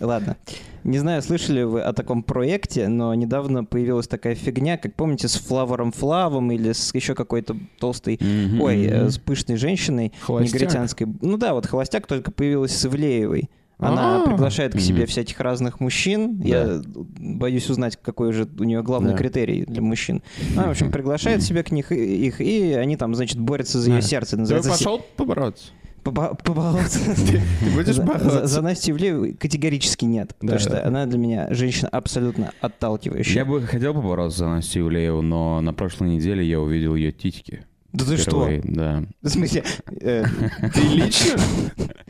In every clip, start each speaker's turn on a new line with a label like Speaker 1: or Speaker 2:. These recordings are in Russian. Speaker 1: Ладно. Не знаю, слышали вы о таком проекте, но недавно появилась такая фигня, как помните, с Флавором Флавом или с еще какой-то толстой,
Speaker 2: Мгм,
Speaker 1: ой,
Speaker 2: мгм.
Speaker 1: э, с пышной женщиной
Speaker 3: Холостяк.
Speaker 1: негритянской. Ну да, вот холостяк только появилась с Ивлеевой. Она
Speaker 3: А.
Speaker 1: приглашает к себе
Speaker 2: Мгм.
Speaker 1: всяких разных мужчин.
Speaker 2: Да.
Speaker 1: Я боюсь узнать, какой же у нее главный
Speaker 2: Да.
Speaker 1: критерий для мужчин. Она, в общем, приглашает себе к них и- их, и они там, значит, борются за
Speaker 3: А.
Speaker 1: ее сердце.
Speaker 3: Ты
Speaker 1: Называется
Speaker 3: пошел побороться?
Speaker 1: Поба- побороться.
Speaker 3: Ты будешь
Speaker 1: За- За за
Speaker 3: бороться?
Speaker 1: Настю Ивлееву категорически нет.
Speaker 3: Да.
Speaker 1: Потому что она для меня женщина абсолютно
Speaker 2: Я
Speaker 1: отталкивающая.
Speaker 2: бы хотел побороться за Настю Ивлееву, но на прошлой неделе я увидел ее титики.
Speaker 1: Да ты что?
Speaker 2: Впервые, Да.
Speaker 1: В смысле, э,
Speaker 3: Ты лично?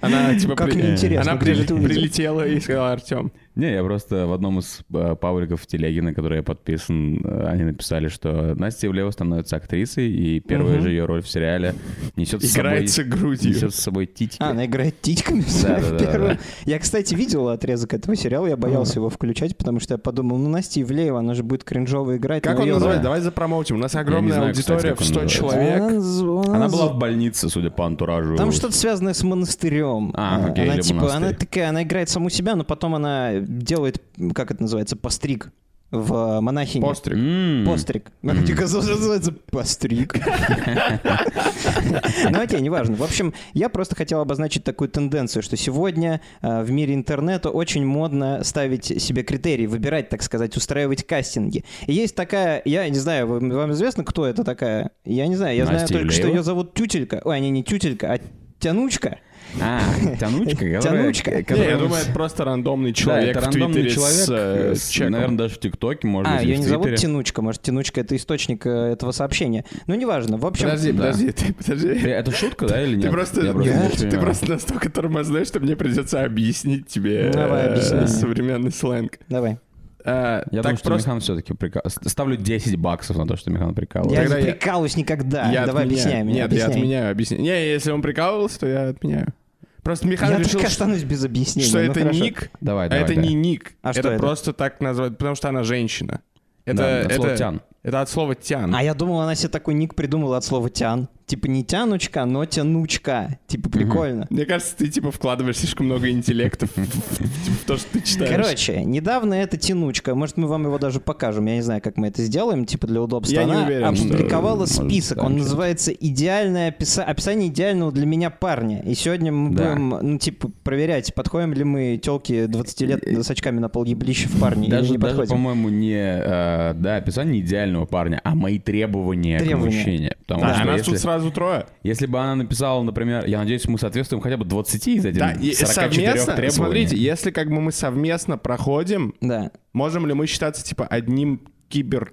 Speaker 3: Она типа
Speaker 1: как
Speaker 3: при-
Speaker 1: неинтересно.
Speaker 3: Она
Speaker 1: где же
Speaker 3: при-
Speaker 1: ты увидел?
Speaker 3: прилетела и сказала, Артем,
Speaker 2: Не, я просто в одном из э, пабликов в Телеге, на который я подписан, э, они написали, что Настя Ивлеева становится актрисой, и первая
Speaker 3: Мгм.
Speaker 2: же ее роль в сериале несет с собой,
Speaker 3: играется грудью.
Speaker 2: несет с собой титики.
Speaker 1: А, она играет титьками в
Speaker 2: Да-да-да-да.
Speaker 1: первую. Я, кстати, видел отрезок этого сериала, я боялся его включать, потому что я подумал, ну, Настя Ивлеева, она же будет кринжово играть.
Speaker 3: Как
Speaker 1: но
Speaker 3: он
Speaker 1: её-
Speaker 3: называется? Давай запромоутим. У нас огромная
Speaker 2: знаю, кстати,
Speaker 3: аудитория
Speaker 2: как он
Speaker 3: в 100
Speaker 2: называется.
Speaker 3: человек.
Speaker 1: Она наз-
Speaker 3: ну,
Speaker 1: она
Speaker 2: Она
Speaker 1: наз-
Speaker 2: была в больнице, судя по антуражу.
Speaker 1: Там что-то связанное с монастырем.
Speaker 2: А, окей,
Speaker 1: она
Speaker 2: или
Speaker 1: типа,
Speaker 2: монастырь.
Speaker 1: она такая, она играет саму себя, но потом она делает, как это называется, постриг в э, монахине.
Speaker 3: Постриг.
Speaker 2: М.
Speaker 1: Постриг. Ну, тебе казалось, что называется постриг. Ну окей, неважно. В общем, я просто хотел обозначить такую тенденцию, что сегодня э, в мире интернета очень модно ставить себе критерии, выбирать, так сказать, устраивать кастинги. И есть такая, я не знаю, вам вам известно, кто это такая? Я не знаю, я знаю
Speaker 2: Настя
Speaker 1: только, что
Speaker 2: Ивлеева?
Speaker 1: ее зовут Тютелька. Ой, не, не Тютелька, а Тянучка.
Speaker 2: А, тянучка, которая-
Speaker 1: Тянучка. Не, я
Speaker 3: Не,
Speaker 2: которая-
Speaker 3: я думаю, это просто рандомный
Speaker 2: Да,
Speaker 3: человек
Speaker 2: это
Speaker 3: в
Speaker 2: рандомный
Speaker 3: Твиттере
Speaker 2: человек,
Speaker 3: с, э, с чеком.
Speaker 2: наверное, даже в ТикТоке, может
Speaker 1: А,
Speaker 2: быть, или
Speaker 1: ее
Speaker 2: в
Speaker 1: не зовут
Speaker 2: Твиттере.
Speaker 1: Тянучка, может, Тянучка — это источник э, этого сообщения. Ну, неважно, в общем...
Speaker 3: Подожди,
Speaker 2: Да.
Speaker 3: подожди, ты,
Speaker 2: Э,
Speaker 3: подожди.
Speaker 2: Это шутка, да, или нет?
Speaker 3: Ты просто,
Speaker 2: Я не
Speaker 3: нет, ты
Speaker 2: понимаю.
Speaker 3: просто настолько тормозной, что мне придется объяснить тебе
Speaker 1: Давай,
Speaker 3: э,
Speaker 1: объясняй.
Speaker 3: современный сленг.
Speaker 1: Давай.
Speaker 3: А,
Speaker 2: Я думаю,
Speaker 3: так
Speaker 2: что
Speaker 3: просто
Speaker 2: Михан все-таки прикал... Ставлю 10 баксов на то, что Михан прикалывает.
Speaker 1: Я
Speaker 3: Тогда
Speaker 1: не
Speaker 3: я-
Speaker 1: прикалываюсь никогда.
Speaker 3: я
Speaker 1: А, Давай
Speaker 3: отменяю.
Speaker 1: объясняй меня.
Speaker 3: Нет, я
Speaker 1: объясняй.
Speaker 3: отменяю объяснение. Не, если он прикалывался, то я отменяю. Просто Михан
Speaker 1: Я
Speaker 3: решил,
Speaker 1: так
Speaker 3: что,
Speaker 1: останусь без объяснения.
Speaker 3: что
Speaker 1: ну
Speaker 3: это
Speaker 1: хорошо.
Speaker 3: ник,
Speaker 2: Давай,
Speaker 3: а
Speaker 2: давай.
Speaker 3: это
Speaker 2: да.
Speaker 3: не ник.
Speaker 1: А
Speaker 3: это
Speaker 1: что это?
Speaker 3: просто так назвать, потому что она женщина. Это,
Speaker 2: Да, от
Speaker 3: это,
Speaker 2: слова «тян».
Speaker 3: это от слова тян.
Speaker 1: А я думал, она себе такой ник придумала от слова тян. Типа не тянучка, но тянучка. Типа прикольно.
Speaker 3: Мне кажется, ты типа вкладываешь слишком много интеллекта в, в- в то, что ты читаешь.
Speaker 1: Короче, недавно эта тянучка, может, мы вам его даже покажем, я не знаю, как мы это сделаем, типа для удобства.
Speaker 3: Я не
Speaker 1: она
Speaker 3: уверен, что-
Speaker 1: опубликовала
Speaker 2: Может,
Speaker 1: список,
Speaker 2: там
Speaker 1: он
Speaker 2: что-то.
Speaker 1: называется «Идеальное описа- описание идеального для меня парня». И сегодня мы
Speaker 2: Да.
Speaker 1: будем, ну, типа, проверять, подходим ли мы телки 20 лет с очками на пол еблища в парне или
Speaker 2: Даже,
Speaker 1: не
Speaker 2: даже,
Speaker 1: подходим.
Speaker 2: по-моему, не э, да, описание идеального парня, а мои требования,
Speaker 1: Требования.
Speaker 2: к мужчине. Потому
Speaker 3: Да,
Speaker 2: что
Speaker 3: А нас
Speaker 2: если,
Speaker 3: тут сразу трое.
Speaker 2: если бы она написала, например, я надеюсь, мы соответствуем хотя бы 20 из этих
Speaker 3: Да, и
Speaker 2: 44
Speaker 3: совместно,
Speaker 2: требований.
Speaker 3: смотрите, если как бы мы совместно проходим,
Speaker 1: Да.
Speaker 3: можем ли мы считаться типа одним кибер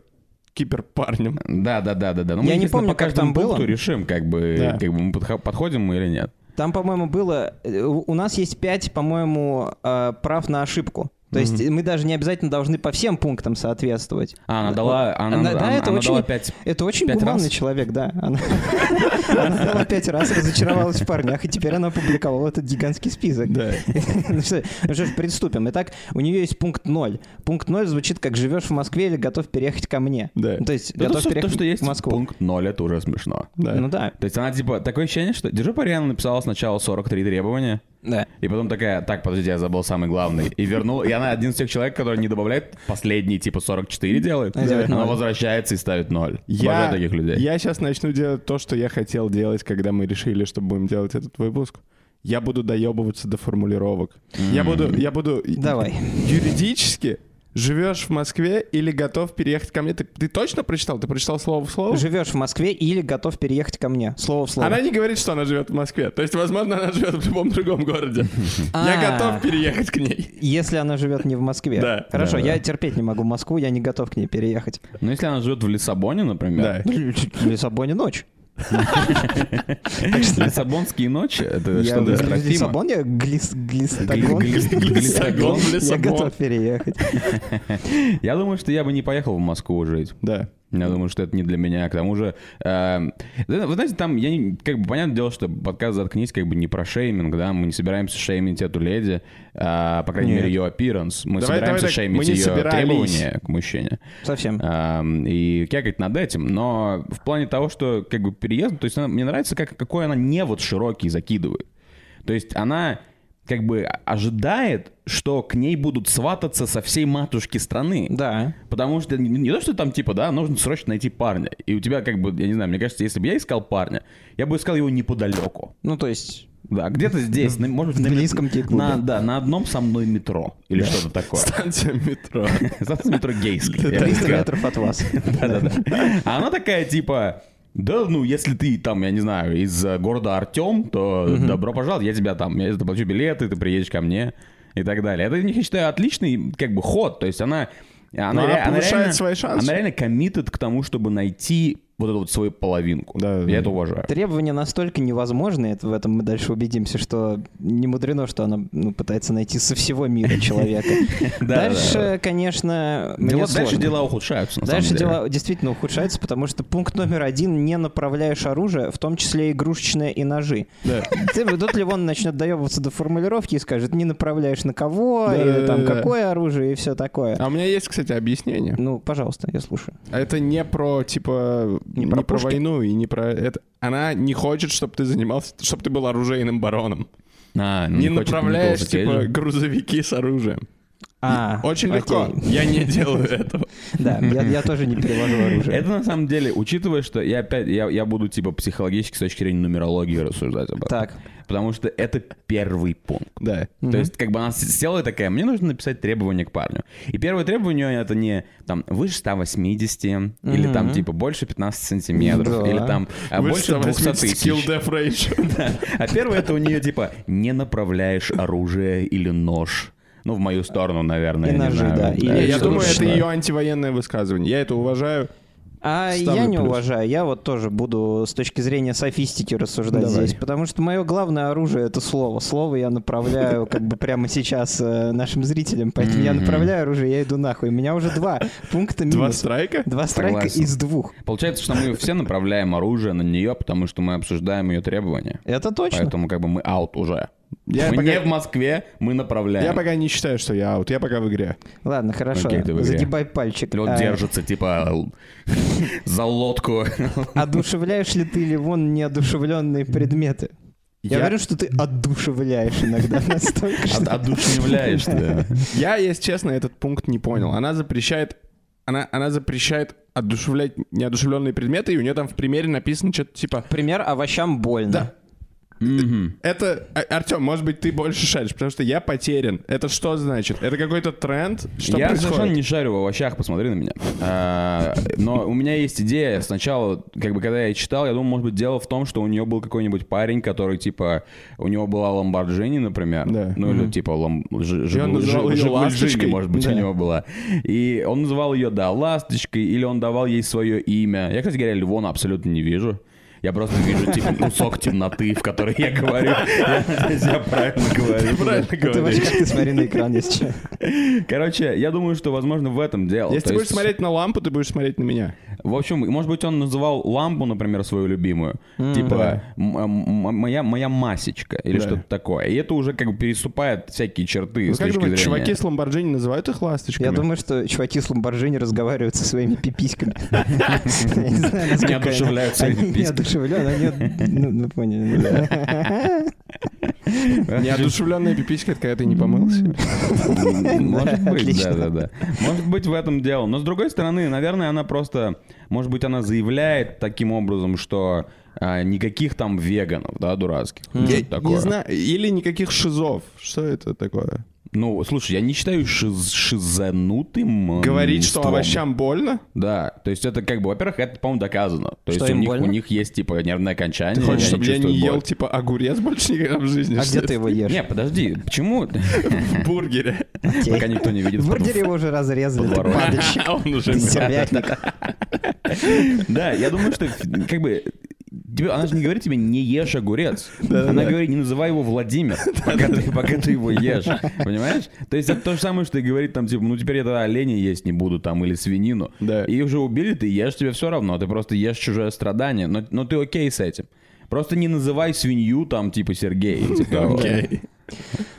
Speaker 3: киберпарнем?
Speaker 2: Да, да, да, да, да. Ну, мы,
Speaker 1: Я не
Speaker 2: естественно,
Speaker 1: помню,
Speaker 2: по
Speaker 1: как
Speaker 2: каждому
Speaker 1: там было.
Speaker 2: пункту решим, как бы,
Speaker 3: Да.
Speaker 2: как бы мы подхо- подходим мы или нет.
Speaker 1: Там, по-моему, было... э, У у нас есть пять, по-моему, э, прав на ошибку. То есть мы даже не обязательно должны по всем пунктам соответствовать.
Speaker 2: А, она дала, она,
Speaker 1: Она- да,
Speaker 2: она-
Speaker 1: это
Speaker 2: она
Speaker 1: очень-
Speaker 2: дала 5
Speaker 1: Это очень
Speaker 2: Пять
Speaker 1: гуманный
Speaker 2: раз?
Speaker 1: человек, да. Она, она дала пять раз, разочаровалась в парнях, и теперь она опубликовала этот гигантский список.
Speaker 3: Да.
Speaker 1: Ну что, ну что ж, приступим. Итак, у нее есть пункт ноль. Пункт ноль звучит как «живешь в Москве или готов переехать ко мне».
Speaker 3: Да.
Speaker 1: Ну, То есть
Speaker 2: Ну, то,
Speaker 1: готов
Speaker 2: что, то,
Speaker 1: переехать
Speaker 2: что есть
Speaker 1: в Москву.
Speaker 2: пункт 0, это уже смешно.
Speaker 3: Да.
Speaker 1: Ну да,
Speaker 2: То есть она типа, такое ощущение, что Держу Париана написала сначала 43 требования,
Speaker 1: да.
Speaker 2: и потом такая, так, подождите, я забыл самый главный. И вернул, и она один из тех человек, который не добавляет последний, типа 44 делает,
Speaker 1: Она делает
Speaker 2: она
Speaker 1: ноль.
Speaker 2: возвращается и ставит 0.
Speaker 3: Я,
Speaker 2: Обожаю таких людей.
Speaker 3: я сейчас начну делать то, что я хотел делать, когда мы решили, что будем делать этот выпуск. Я буду доебываться до формулировок. Я буду, я буду.
Speaker 1: Давай.
Speaker 3: Юридически живешь в Москве или готов переехать ко мне? Ты, ты точно прочитал? Ты прочитал слово в слово?
Speaker 1: «Живешь в Москве или готов переехать ко мне». Слово в слово.
Speaker 3: Она не говорит, что она живет в Москве. То есть, возможно, она живет в любом другом городе. Я
Speaker 1: А.
Speaker 3: готов переехать к ней.
Speaker 1: Если она живет не в Москве.
Speaker 3: Да.
Speaker 1: Хорошо,
Speaker 2: Да, да.
Speaker 1: я терпеть не могу Москву, я не готов к ней переехать. Ну,
Speaker 2: Ну, если она живет в Лиссабоне, например.
Speaker 3: Да.
Speaker 1: В Лиссабоне ночь.
Speaker 2: Лиссабонские ночи, это
Speaker 1: Я
Speaker 2: что-то
Speaker 1: в
Speaker 2: сравнимо.
Speaker 1: Лиссабон, я глис, глистагон.
Speaker 3: Глиссагон в
Speaker 1: Я
Speaker 3: Лиссабон.
Speaker 1: готов переехать.
Speaker 2: Я думаю, что я бы не поехал в Москву жить.
Speaker 3: Да.
Speaker 2: Я думаю, что это не для меня. К тому же, э, да, вы знаете, там, я не- как бы, понятное дело, что подкаст «Заткнись» как бы не про шейминг, да, мы не собираемся шеймить эту леди, э, по крайней
Speaker 1: Нет.
Speaker 2: мере, ее appearance. Мы
Speaker 3: Давай-
Speaker 2: собираемся
Speaker 3: давай так,
Speaker 2: шеймить
Speaker 3: мы не
Speaker 2: ее
Speaker 3: собирались.
Speaker 2: требования к мужчине.
Speaker 1: Совсем.
Speaker 2: Эм, и кекать над этим, но в плане того, что как бы переезд, то есть она- мне нравится, как, какой она не вот широкий закидывает. То есть она как бы а, ожидает, что к ней будут свататься со всей матушки страны.
Speaker 1: Да.
Speaker 2: Потому что не, не то, что там типа, да, нужно срочно найти парня. И у тебя как бы, я не знаю, мне кажется, если бы я искал парня, я бы искал его неподалеку.
Speaker 1: Ну, то есть...
Speaker 2: Да, где-то здесь, на- может быть,
Speaker 1: В
Speaker 2: на мет-
Speaker 1: близком тебе клубе.
Speaker 2: на, да, на одном со мной метро или что-то такое.
Speaker 3: Станция метро.
Speaker 2: Станция метро Гейская. я бы
Speaker 1: 300
Speaker 2: сказал.
Speaker 1: метров от вас.
Speaker 2: Да-да-да. А она такая, типа, да, ну, если ты там, я не знаю, из э, города Артем, то добро пожаловать, я тебя там, я заплачу билеты, ты приедешь ко мне и так далее. Это, я считаю, отличный, как бы, ход. То есть она...
Speaker 3: она
Speaker 2: ре-
Speaker 3: повышает
Speaker 2: реально-
Speaker 3: свои шансы.
Speaker 2: Она реально коммитит к тому, чтобы найти вот эту вот свою половинку.
Speaker 3: Да, да.
Speaker 2: я это уважаю.
Speaker 1: Требования настолько невозможны, это, в этом мы дальше убедимся, что не мудрено, что она ну, пытается найти со всего мира человека.
Speaker 2: Да, да,
Speaker 1: Дальше, конечно, мне
Speaker 2: Дела- дальше
Speaker 1: сложно.
Speaker 2: дела ухудшаются, на
Speaker 1: Дальше
Speaker 2: самом деле.
Speaker 1: дела действительно ухудшаются, потому что пункт номер один — не направляешь оружие, в том числе игрушечное и ножи.
Speaker 3: Да.
Speaker 1: Ты, тут Ливон начнет доебываться до формулировки и скажет, не направляешь на кого, и
Speaker 3: Да-да-да-да.
Speaker 1: там какое оружие, и все такое.
Speaker 3: А у меня есть, кстати, объяснение.
Speaker 1: Ну, пожалуйста, я слушаю.
Speaker 3: А Это не про, типа,
Speaker 1: Не
Speaker 3: не
Speaker 1: про
Speaker 3: про,
Speaker 1: пушки?
Speaker 3: войну и не про это. Она не хочет, чтобы ты занимался, чтобы ты был оружейным бароном.
Speaker 2: А, ну,
Speaker 3: Не,
Speaker 2: хочет,
Speaker 3: направляешь,
Speaker 2: должен,
Speaker 3: типа,
Speaker 2: конечно.
Speaker 3: грузовики с оружием.
Speaker 1: А,
Speaker 3: Очень
Speaker 1: окей.
Speaker 3: легко. Я не делаю этого.
Speaker 1: Да, я, я тоже не перевожу оружие.
Speaker 2: Это на самом деле, учитывая, что я опять, я, я буду типа психологически с точки зрения нумерологии рассуждать об этом.
Speaker 1: Так.
Speaker 2: Потому что это первый пункт.
Speaker 3: Да.
Speaker 2: То есть, как бы она с- села и такая, мне нужно написать требования к парню. И первое требование у неё это не там выше 180, или там типа больше 15 сантиметров,
Speaker 1: Да.
Speaker 2: или там а, больше 200
Speaker 3: Skill
Speaker 2: тысяч.
Speaker 3: death ratio.
Speaker 2: А первое это у нее типа не направляешь оружие или нож. Ну, в мою сторону, наверное.
Speaker 1: И
Speaker 2: я не
Speaker 1: ножи,
Speaker 2: знаю.
Speaker 1: да, и
Speaker 3: Не, Я
Speaker 1: Конечно,
Speaker 3: думаю, это
Speaker 1: конечно.
Speaker 3: ее антивоенное высказывание. Я это уважаю.
Speaker 1: А
Speaker 3: Ставлю
Speaker 1: я не
Speaker 3: плюс.
Speaker 1: уважаю, я вот тоже буду с точки зрения софистики рассуждать
Speaker 3: Давай.
Speaker 1: здесь, потому что мое главное оружие это слово. Слово я направляю как бы прямо сейчас э, нашим зрителям, поэтому я направляю оружие, я иду нахуй. У меня уже два пункта
Speaker 3: Два
Speaker 1: минус.
Speaker 3: страйка?
Speaker 1: Два страйка
Speaker 2: Согласен.
Speaker 1: из двух.
Speaker 2: Получается, что мы все направляем оружие на нее, потому что мы обсуждаем ее требования.
Speaker 1: Это точно.
Speaker 2: Поэтому как бы мы аут уже.
Speaker 3: Я
Speaker 2: мы
Speaker 3: пока-
Speaker 2: не в Москве, мы направляем.
Speaker 3: Я пока не считаю, что я аут. Я пока в игре.
Speaker 1: Ладно, хорошо.
Speaker 2: Окей, ты в игре.
Speaker 1: Загибай пальчик.
Speaker 2: Лед
Speaker 1: А,
Speaker 2: держится, типа, л- за лодку.
Speaker 1: Одушевляешь ли ты или вон неодушевленные предметы? Я,
Speaker 3: Я-
Speaker 1: говорю, что ты одушевляешь иногда настолько,
Speaker 2: От-
Speaker 1: что...
Speaker 2: Одушевляешь ты.
Speaker 3: Я, если честно, этот пункт не понял. Она запрещает... Она, она запрещает одушевлять неодушевленные предметы, и у нее там в примере написано что-то типа...
Speaker 1: Пример овощам больно.
Speaker 3: Да.
Speaker 2: Мгм.
Speaker 3: Это, Артем, может быть, ты больше шаришь, потому что я потерян. Это что значит? Это какой-то тренд? Что
Speaker 2: Я совершенно
Speaker 3: происходит?
Speaker 2: не шарю в овощах, посмотри на меня. А, Но у меня есть идея. Сначала, как бы, когда я читал, я думал, может быть, дело в том, что у нее был какой-нибудь парень, который, типа, у него была ламборджини, например.
Speaker 3: Да.
Speaker 2: Ну, или, типа, лам- ж- ж-
Speaker 3: он называл
Speaker 2: ж-
Speaker 3: её
Speaker 2: «Жигульджини»,
Speaker 3: «Ласточкой».
Speaker 2: может быть, у
Speaker 3: Да.
Speaker 2: него была. И он называл ее, да, ласточкой, или он давал ей свое имя. Я, кстати говоря, Львона абсолютно не вижу. Я просто вижу типа, кусок темноты, в которой я говорю. Я надеюсь, я правильно говорю.
Speaker 3: правильно
Speaker 1: Ты в
Speaker 3: говоришь.
Speaker 1: очках, ты смотри на экран, если чё.
Speaker 2: Короче, я думаю, что, возможно, в этом дело.
Speaker 3: Если
Speaker 2: То
Speaker 3: ты будешь
Speaker 2: есть,
Speaker 3: смотреть на лампу, ты будешь смотреть на меня. Ну,
Speaker 2: В общем, может быть, он называл лампу, например, свою любимую. Типа, м- м- м- моя, моя масечка или
Speaker 3: Да.
Speaker 2: что-то такое. И это уже как бы переступает всякие черты
Speaker 3: Ну,
Speaker 2: с
Speaker 3: как
Speaker 2: точки
Speaker 3: думаешь,
Speaker 2: зрения.
Speaker 3: чуваки с Ламборджини называют их ласточками?
Speaker 1: Я думаю, что чуваки с Ламборджини разговаривают со своими пиписьками. Я не знаю, насколько они-
Speaker 2: одушевляют своими
Speaker 1: они Не
Speaker 2: письками.
Speaker 1: одушевлены, они... од- ну, Ну, поняли.
Speaker 3: Неодушевленная пиписька, это когда ты не помылся.
Speaker 2: Может быть,
Speaker 1: отлично.
Speaker 2: да, да, да. Может быть, в этом дело. Но с другой стороны, наверное, она просто, может быть, она заявляет таким образом, что а, никаких там веганов, да, дурацких.
Speaker 3: Я
Speaker 2: что-то
Speaker 3: не
Speaker 2: такое.
Speaker 3: знаю. Или никаких шизов. Что это такое?
Speaker 2: Ну, слушай, я не считаю шиз- шизанутым. м,
Speaker 3: Говорить, что
Speaker 2: ством.
Speaker 3: овощам больно?
Speaker 2: Да, то есть это как бы, во-первых, это, по-моему, доказано.
Speaker 1: Что
Speaker 2: То есть у
Speaker 1: им
Speaker 2: них,
Speaker 1: больно?
Speaker 2: у них есть, типа, нервное окончание.
Speaker 3: Ты хочешь,
Speaker 2: они
Speaker 3: чтобы я не
Speaker 2: чувствуют боль.
Speaker 3: ел, типа, огурец больше никогда в жизни?
Speaker 1: А
Speaker 3: что
Speaker 1: где ты его
Speaker 2: ну, Не,
Speaker 1: ешь?
Speaker 2: подожди, почему?
Speaker 3: В бургере.
Speaker 1: Окей.
Speaker 2: Пока никто не видит.
Speaker 1: В бургере его уже разрезали, ты
Speaker 2: подворот.
Speaker 1: падальщик.
Speaker 3: Он уже...
Speaker 1: Ты стервятник.
Speaker 2: Да, я думаю, что как бы... тебе- она же не говорит тебе «не ешь огурец». Она говорит «не называй его Владимир, пока ты, пока ты его ешь». Понимаешь? То есть это то же самое, что и говорит там, типа, ну теперь я тогда оленя есть не буду там или свинину.
Speaker 3: Да.
Speaker 2: И уже убили, ты ешь, тебе все равно. Ты просто ешь чужое страдание. Но, но ты окей с этим. Просто не называй свинью там, типа, Сергей. типа, вот.
Speaker 3: Окей.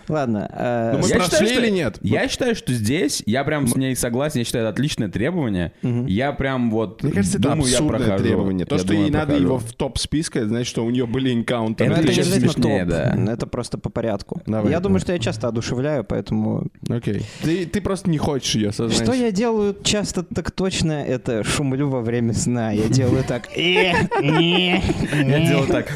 Speaker 1: Ладно. э,
Speaker 3: мы
Speaker 1: с-
Speaker 2: Я
Speaker 3: прошли
Speaker 2: считаю, что-
Speaker 3: или нет?
Speaker 2: Я считаю, что здесь я прям с ней согласен. Я считаю, это отличное требование. Я прям вот
Speaker 3: Мне кажется, это
Speaker 2: думаю, я
Speaker 3: абсурдное
Speaker 2: прохожу.
Speaker 3: требование. То,
Speaker 2: Я
Speaker 3: что
Speaker 2: думаю,
Speaker 3: ей
Speaker 2: я
Speaker 3: надо
Speaker 2: прохожу.
Speaker 3: его в топ списка, значит, что у нее были
Speaker 1: ну,
Speaker 3: энкаунтеры.
Speaker 1: это
Speaker 2: это
Speaker 1: не
Speaker 2: ещё
Speaker 1: обязательно
Speaker 2: смешнее,
Speaker 1: топ.
Speaker 2: да.
Speaker 1: Это просто по порядку.
Speaker 3: Давай,
Speaker 1: я
Speaker 3: давай.
Speaker 1: думаю, что я часто одушевляю, поэтому
Speaker 3: Окей. Ты, ты просто не хочешь ее сознать.
Speaker 1: Что я делаю часто так точно, это шумлю во время сна. Я делаю так. «Э, не,
Speaker 2: Я
Speaker 1: не».
Speaker 2: делаю так.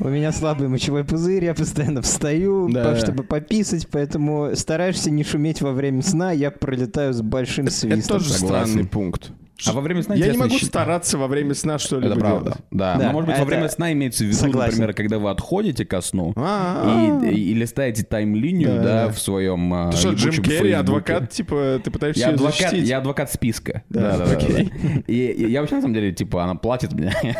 Speaker 1: У меня слабый мочевой пузырь, я постоянно встаю,
Speaker 3: Да.
Speaker 1: по- чтобы пописать, поэтому стараешься не шуметь во время сна, я пролетаю с большим
Speaker 3: Это
Speaker 1: свистом.
Speaker 3: тоже
Speaker 2: Согласен.
Speaker 3: странный пункт.
Speaker 2: А во время сна
Speaker 3: я не
Speaker 2: интересно
Speaker 3: могу
Speaker 2: щи-
Speaker 3: стараться во время сна что-либо
Speaker 2: Это правда.
Speaker 3: делать.
Speaker 2: Да.
Speaker 1: Да,
Speaker 2: Но, может быть,
Speaker 1: а
Speaker 2: во
Speaker 1: это-
Speaker 2: время сна имеется в виду,
Speaker 1: Согласен.
Speaker 2: например, когда вы отходите ко сну
Speaker 3: А-а-а.
Speaker 2: и, и- и листаете тайм-линию,
Speaker 3: Да,
Speaker 2: да,
Speaker 3: да.
Speaker 2: в а, своем
Speaker 3: Ты что, Джим Керри, адвокат, типа, ты пытаешься
Speaker 2: Я
Speaker 3: ее
Speaker 2: адвокат,
Speaker 3: защитить?
Speaker 2: я адвокат списка.
Speaker 3: Да, окей.
Speaker 2: И, и я вообще на самом деле, типа, она платит мне.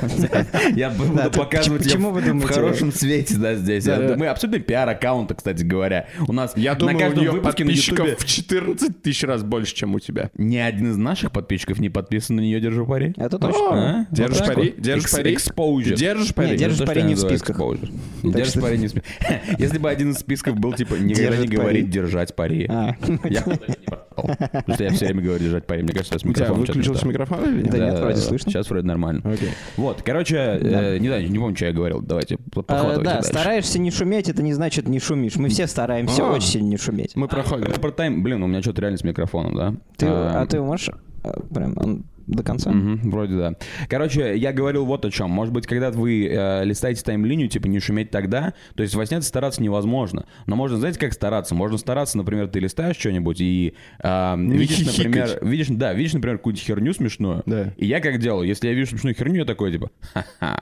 Speaker 2: Я
Speaker 1: Да,
Speaker 2: буду
Speaker 1: ты-
Speaker 2: показывать
Speaker 1: поч-
Speaker 2: ее
Speaker 1: почему вы
Speaker 2: в
Speaker 1: думаете?
Speaker 2: хорошем свете, да, здесь.
Speaker 3: Да,
Speaker 2: Я-
Speaker 3: да.
Speaker 2: Мы абсолютно пиар аккаунта, кстати говоря. У нас
Speaker 3: Я
Speaker 2: на
Speaker 3: думаю, у
Speaker 2: каждом
Speaker 3: нее
Speaker 2: выпуске на
Speaker 3: подписчиков
Speaker 2: Ютубе
Speaker 3: в 14 тысяч раз больше, чем у тебя.
Speaker 2: ни один из наших подписчиков не подписан на нее, держу пари.
Speaker 1: Это точно.
Speaker 2: А?
Speaker 3: Держишь
Speaker 2: Вот так
Speaker 3: пари?
Speaker 2: вот.
Speaker 3: Держишь
Speaker 2: Экс-
Speaker 3: пари?
Speaker 2: exposure.
Speaker 3: Держишь пари?
Speaker 1: Не, держ- Держишь
Speaker 2: Это то,
Speaker 1: пари
Speaker 2: что
Speaker 1: не
Speaker 2: я
Speaker 1: в
Speaker 2: называю
Speaker 1: списках.
Speaker 2: exposure. Держишь
Speaker 1: что-
Speaker 2: пари не в списках. Если бы один из списков был, типа, никогда
Speaker 1: Держит
Speaker 2: не говорить
Speaker 1: пари.
Speaker 2: «держать пари».
Speaker 1: А,
Speaker 2: Я бы точно не пропал. Потому что я все время говорю «держать пари». Мне кажется, я с
Speaker 3: У тебя
Speaker 2: микрофоном чё-то не
Speaker 3: выключился
Speaker 2: так.
Speaker 3: микрофон или нет?
Speaker 1: Да нет, вроде слышно.
Speaker 2: Сейчас вроде нормально.
Speaker 3: Окей.
Speaker 2: Вот, короче, э, не знаю, не помню, что я говорил. Давайте по-
Speaker 1: А,
Speaker 2: похватывайте
Speaker 1: Да,
Speaker 2: дальше.
Speaker 1: стараешься не шуметь, это не значит не шумишь. Мы все стараемся
Speaker 3: А.
Speaker 1: очень сильно не шуметь.
Speaker 3: Мы проходим.
Speaker 2: Про тайм, блин, у меня что-то реально с микрофоном, да?
Speaker 1: Ты-
Speaker 2: Эм,
Speaker 1: А ты можешь а, прям м, до конца?
Speaker 2: Мгм, вроде да. Короче, я говорил вот о чем. Может быть, когда вы э, листаете тайм-линию, типа не шуметь тогда, то есть во сне стараться невозможно. Но можно, знаете, как стараться? Можно стараться, например, ты листаешь что-нибудь и э, видишь,
Speaker 3: хихикать.
Speaker 2: например, видишь, да, видишь, например, какую-нибудь херню смешную.
Speaker 3: Да.
Speaker 2: И я как делаю? Если я вижу смешную херню, я такой типа, ха-ха.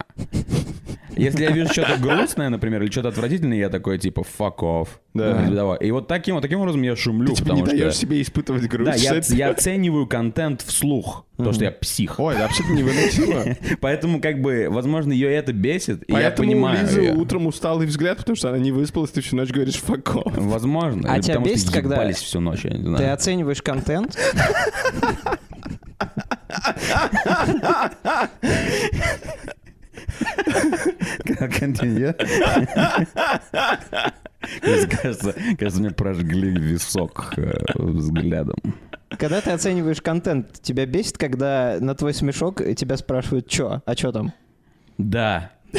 Speaker 2: Если я вижу что-то грустное, например, или что-то отвратительное, я такой типа, fuck off.
Speaker 3: Да.
Speaker 2: Или Давай. И вот таким, вот таким образом я шумлю,
Speaker 3: Ты типа не
Speaker 2: потому что...
Speaker 3: даешь себе испытывать грусть.
Speaker 2: Да, я,
Speaker 3: Что это?
Speaker 2: я оцениваю контент вслух, то, что я псих.
Speaker 3: Ой, вообще-то невыносимо.
Speaker 2: Поэтому, как бы, возможно, ее это бесит, и я
Speaker 3: Поэтому у
Speaker 2: понимаю
Speaker 3: Лизы
Speaker 2: её.
Speaker 3: утром усталый взгляд, потому что она не выспалась, ты всю ночь говоришь «фак off».
Speaker 2: Возможно.
Speaker 1: А
Speaker 2: или
Speaker 1: тебя
Speaker 2: потому
Speaker 1: бесит,
Speaker 2: что
Speaker 1: когда-
Speaker 2: ебались всю ночь, я не
Speaker 1: Ты
Speaker 2: знаю.
Speaker 1: оцениваешь контент,
Speaker 2: Кажется, кажется, мне прожгли висок э, взглядом.
Speaker 1: Когда ты оцениваешь контент, тебя бесит, когда на твой смешок э, тебя спрашивают, чё, а чё там?
Speaker 2: Да.
Speaker 1: Ты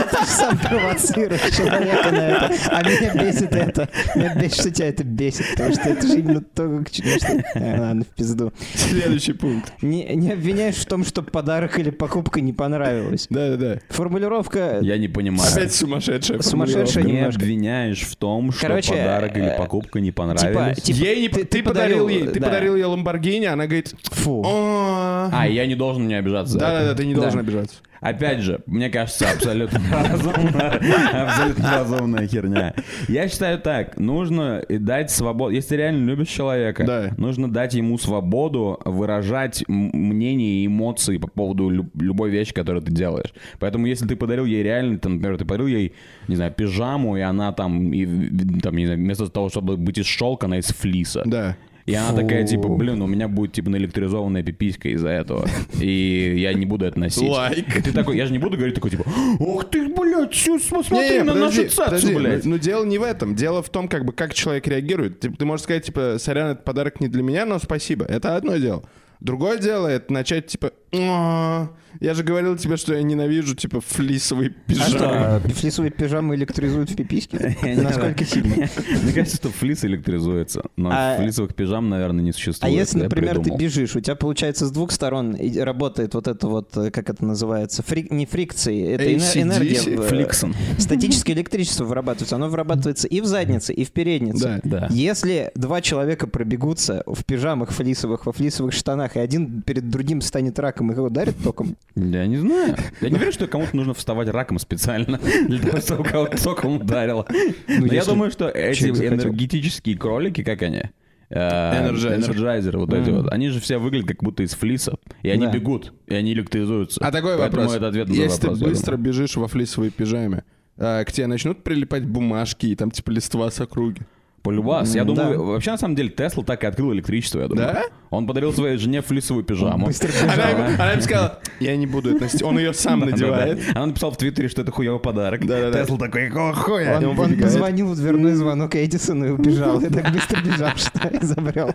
Speaker 1: же сам провоцируешь человека на это. А меня бесит это. Меня бесит, что тебя это бесит, потому что это же именно то, к чему... что- Э, Ладно, в пизду.
Speaker 3: Следующий пункт.
Speaker 1: Не, не обвиняешь в том, что подарок или покупка не понравилась.
Speaker 3: Да-да-да.
Speaker 1: Формулировка...
Speaker 2: Я не понимаю.
Speaker 3: Опять сумасшедшая
Speaker 1: Сумасшедшая
Speaker 3: формулировка.
Speaker 2: Ты меня
Speaker 1: немножко.
Speaker 2: обвиняешь в том, что
Speaker 1: Короче,
Speaker 2: подарок или
Speaker 1: э,
Speaker 2: покупка не
Speaker 1: Типа,
Speaker 2: понравились.
Speaker 1: типа,
Speaker 3: Ей не- ты, подарил ей, ты
Speaker 1: да.
Speaker 3: подарил ей Ламборгини, она говорит,
Speaker 1: Фу.
Speaker 3: «О,
Speaker 2: А, я не должен мне обижаться. за это.
Speaker 3: да-да-да, ты не
Speaker 1: Да.
Speaker 3: должен обижаться.
Speaker 2: Опять же, мне кажется, абсолютно разумная, абсолютно разумная херня. Я считаю так, нужно и дать свободу. Если ты реально любишь человека,
Speaker 3: Да.
Speaker 2: нужно дать ему свободу выражать м- мнение и эмоции по поводу лю- любой вещи, которую ты делаешь. Поэтому если ты подарил ей реально, там, например, ты подарил ей, не знаю, пижаму, и она там, и, в- там, не знаю, вместо того, чтобы быть из шелка, она из флиса.
Speaker 3: Да.
Speaker 2: И она такая, типа, блин, у меня будет, типа, наэлектризованная пиписька из-за этого. И я не буду это носить.
Speaker 3: Лайк.
Speaker 2: И ты такой, я же не буду говорить такой, типа, ох ты, блядь, всё, смотри
Speaker 3: Не-не,
Speaker 2: на
Speaker 3: подожди,
Speaker 2: нашу цацу,
Speaker 3: подожди,
Speaker 2: блядь.
Speaker 3: Ну, ну, дело не в этом. Дело в том, как бы, как человек реагирует. Типа, Ты, можешь сказать, типа, сорян, этот подарок не для меня, но спасибо. Это одно дело. Другое дело, это начать, типа, «О, я же говорил тебе, что я ненавижу, типа, флисовые
Speaker 1: А
Speaker 3: пижамы.
Speaker 1: что, флисовые пижамы электризуют в пипиське?
Speaker 2: Я не
Speaker 1: Насколько
Speaker 2: знаю.
Speaker 1: сильно?
Speaker 2: Мне кажется, что флис электризуется, но
Speaker 1: А-
Speaker 2: флисовых пижам, наверное, не
Speaker 1: А
Speaker 2: существует.
Speaker 1: если,
Speaker 2: Я
Speaker 1: например, ты
Speaker 2: придумал.
Speaker 1: бежишь, у тебя получается с двух сторон и работает вот это вот, э, как это называется, фри- не фрикции, это эне-
Speaker 3: ACDC,
Speaker 1: энергия. в, э,
Speaker 2: Фликсон.
Speaker 1: Статическое электричество вырабатывается, оно вырабатывается и в заднице, и в переднице.
Speaker 2: Да.
Speaker 1: Если два человека пробегутся в пижамах флисовых, во флисовых штанах, и один перед другим станет раком и его ударит током,
Speaker 2: Я не знаю. Я не верю, что кому-то нужно вставать раком специально для того, чтобы кого-то соком ударило. Но я
Speaker 1: Ну, если
Speaker 2: думаю, что эти
Speaker 1: человек захотел.
Speaker 2: энергетические кролики, как они? Э,
Speaker 3: Энерджайзер.
Speaker 2: Энерджайзеры вот эти вот. Они же все выглядят как будто из флиса. И они
Speaker 1: Да.
Speaker 2: бегут, и они электризуются.
Speaker 3: А такой
Speaker 2: Поэтому
Speaker 3: вопрос.
Speaker 2: это ответ на
Speaker 3: Если
Speaker 2: вопрос,
Speaker 3: ты
Speaker 2: я
Speaker 3: быстро бежишь во флисовой пижаме, а, к тебе начнут прилипать бумажки и там, типа, листва с округи.
Speaker 2: думаю. Полюбас. Я
Speaker 1: М, да.
Speaker 2: думаю, вообще на самом деле Тесла так и открыл электричество, я думаю.
Speaker 3: Да?
Speaker 2: Он подарил своей жене флисовую пижаму.
Speaker 1: Быстро
Speaker 3: Она, ему- она ему сказала, я не буду это носить. Он ее сам надевает.
Speaker 2: Да-да-да. Она написала в Твиттере, что это хуёвый подарок.
Speaker 3: Да-да-да.
Speaker 2: Тесла такой, какого хуя?
Speaker 1: Он,
Speaker 3: он
Speaker 1: он
Speaker 3: выбегает.
Speaker 1: позвонил в дверной звонок Эдисону и убежал. И так быстро бежал, что изобрел.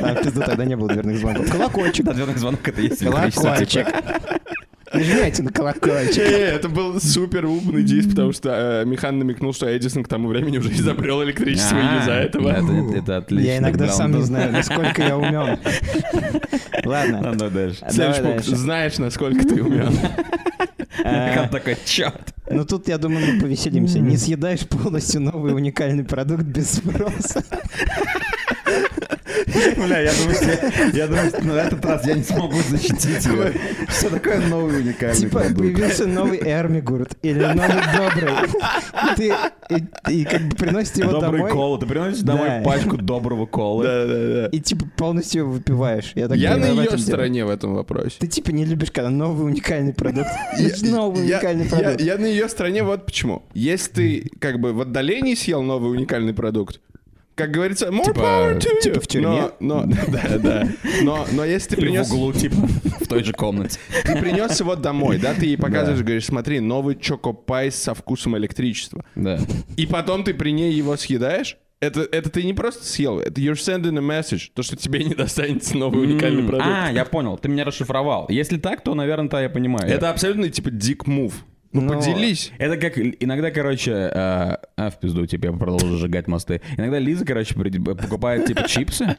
Speaker 1: А, в пизду тогда не было дверных звонков. Колокольчик.
Speaker 2: Да, дверной звонок это и есть электричество. типа.
Speaker 1: Колокольчик. Нажимайте на колокольчик.
Speaker 3: Э, Это был супер умный диск, потому что э, Михан намекнул, что Эдисон к тому времени уже изобрел электричество
Speaker 2: А,
Speaker 3: и за этого.
Speaker 2: Это это отлично.
Speaker 1: Я иногда сам не
Speaker 2: Граунд.
Speaker 1: знаю, насколько я умен. Ладно.
Speaker 2: Ладно, дальше.
Speaker 1: А,
Speaker 3: Следующий
Speaker 1: давай
Speaker 3: пункт.
Speaker 1: дальше.
Speaker 3: Знаешь, насколько ты умен.
Speaker 1: А,
Speaker 2: Он такой, черт.
Speaker 1: Ну тут, я думаю, мы повеселимся. Не съедаешь полностью новый уникальный продукт без спроса.
Speaker 2: Бля, я думаю, что я- я думаю, что на этот раз я не смогу защитить его. Что такое новый уникальный
Speaker 1: Ну, Типа
Speaker 2: продукт?
Speaker 1: появился новый Эрмигурт или новый Добрый. Ты и- и как бы приносит его
Speaker 2: Добрый
Speaker 1: домой.
Speaker 2: кола. Ты приносишь домой
Speaker 1: Да.
Speaker 2: пачку доброго колы?
Speaker 3: Да-да-да.
Speaker 1: И типа полностью его выпиваешь. Я, так
Speaker 3: Я на
Speaker 1: понимаю, в этом
Speaker 3: ее
Speaker 1: дело.
Speaker 3: стороне в этом вопросе.
Speaker 1: Ты типа не любишь, когда новый уникальный продукт. Это
Speaker 3: Я-
Speaker 1: Новый
Speaker 3: я-
Speaker 1: уникальный
Speaker 3: я-
Speaker 1: продукт.
Speaker 3: Я на ее стороне вот почему. Если ты как бы в отдалении съел новый уникальный продукт, как говорится, more power to you.
Speaker 1: типа в тюрьме?
Speaker 3: Но, но- да, да. Но, но если ты
Speaker 2: Или
Speaker 3: принес,
Speaker 2: в углу, типа, в той же комнате.
Speaker 3: ты принес его домой, да, ты ей показываешь, говоришь, смотри, новый чокопай со вкусом электричества.
Speaker 2: Да.
Speaker 3: И потом ты при ней его съедаешь. Это, это ты не просто съел, это you're sending a message, то, что тебе не достанется новый уникальный продукт.
Speaker 2: А, я понял, ты меня расшифровал. Если так, то, наверное, то я понимаю.
Speaker 3: Это абсолютно типа дик мув. Ну,
Speaker 1: Но-
Speaker 3: поделись.
Speaker 2: Это как л- иногда, короче, э, а, в пизду, типа, я продолжу сжигать мосты. Иногда Лиза, короче, при- покупает, типа, чипсы,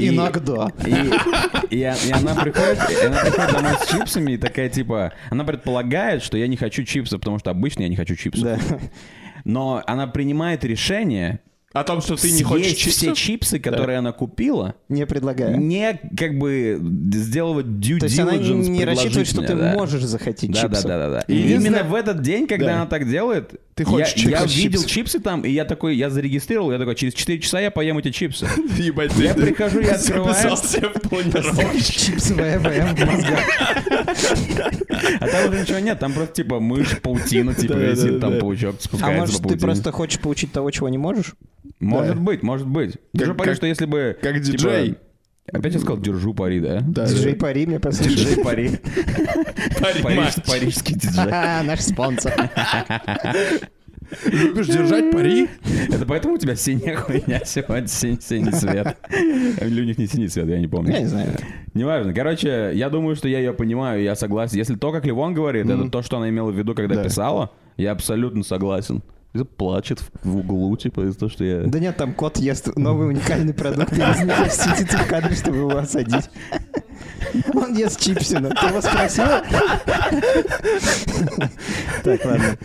Speaker 2: и-
Speaker 1: Иногда.
Speaker 2: и, и о- и она, приходит, и она приходит домой с чипсами и такая, типа, она предполагает, что я не хочу чипсы, потому что обычно я не хочу чипсы.
Speaker 1: Да.
Speaker 2: Но она принимает решение
Speaker 3: О том, что ты
Speaker 2: съесть
Speaker 3: не хочешь
Speaker 2: все
Speaker 3: чипсов?
Speaker 2: чипсы, которые она купила,
Speaker 1: Не предлагаю.
Speaker 2: не как бы сделывать due
Speaker 1: То есть она
Speaker 2: diligence
Speaker 1: не рассчитывает, что ты
Speaker 2: предложительно, да.
Speaker 1: можешь захотеть
Speaker 2: Да, да,
Speaker 1: чипсов.
Speaker 2: да, да, да. И
Speaker 3: Единственное-
Speaker 2: именно в этот день, когда
Speaker 3: Да.
Speaker 2: она так делает,
Speaker 3: Ты хочешь
Speaker 2: я, я
Speaker 3: чипсы.
Speaker 2: видел
Speaker 3: Чипсы.
Speaker 2: чипсы там, и я такой, я зарегистрировал, я такой, через 4 часа я поем эти чипсы.
Speaker 3: Ебать,
Speaker 2: Я прихожу, я открываю.
Speaker 3: записался в планировку.
Speaker 1: Чипсовая ВМ в мозгах.
Speaker 2: А там уже ничего нет, там просто типа мышь, паутина, типа
Speaker 3: Да, да,
Speaker 2: висит, там
Speaker 3: да.
Speaker 2: паучок типа,
Speaker 1: А
Speaker 2: спускается по
Speaker 1: может, ты
Speaker 2: паутине.
Speaker 1: просто хочешь получить того, чего не можешь?
Speaker 2: Может
Speaker 3: Да.
Speaker 2: быть, может быть. Ты же
Speaker 3: Как-
Speaker 2: понимаешь,
Speaker 3: как-
Speaker 2: что если бы...
Speaker 3: как
Speaker 2: типа,
Speaker 3: диджей.
Speaker 2: Опять я сказал, держу пари, да?
Speaker 3: Да,
Speaker 1: Э, Диджей Пари мне послушай.
Speaker 2: Держи пари. Париж- Парижский диджей.
Speaker 1: А, наш спонсор.
Speaker 3: Любишь держать пари?
Speaker 2: Это поэтому у тебя синяя хуйня сегодня, син- синий цвет. Или у них не синий цвет, я не помню.
Speaker 1: Я не знаю.
Speaker 2: Неважно. Короче, я думаю, что я ее понимаю, я согласен. Если то, как Ливон говорит, это то, что она имела в виду, когда
Speaker 3: Да.
Speaker 2: писала, я абсолютно согласен. И Плачет в- в углу, типа, из-за того, что я...
Speaker 1: Да нет, там кот ест новый уникальный продукт, и из него сидит в кадре, чтобы его осадить. Он ест чипсина. Ты его спросила? Так, ладно.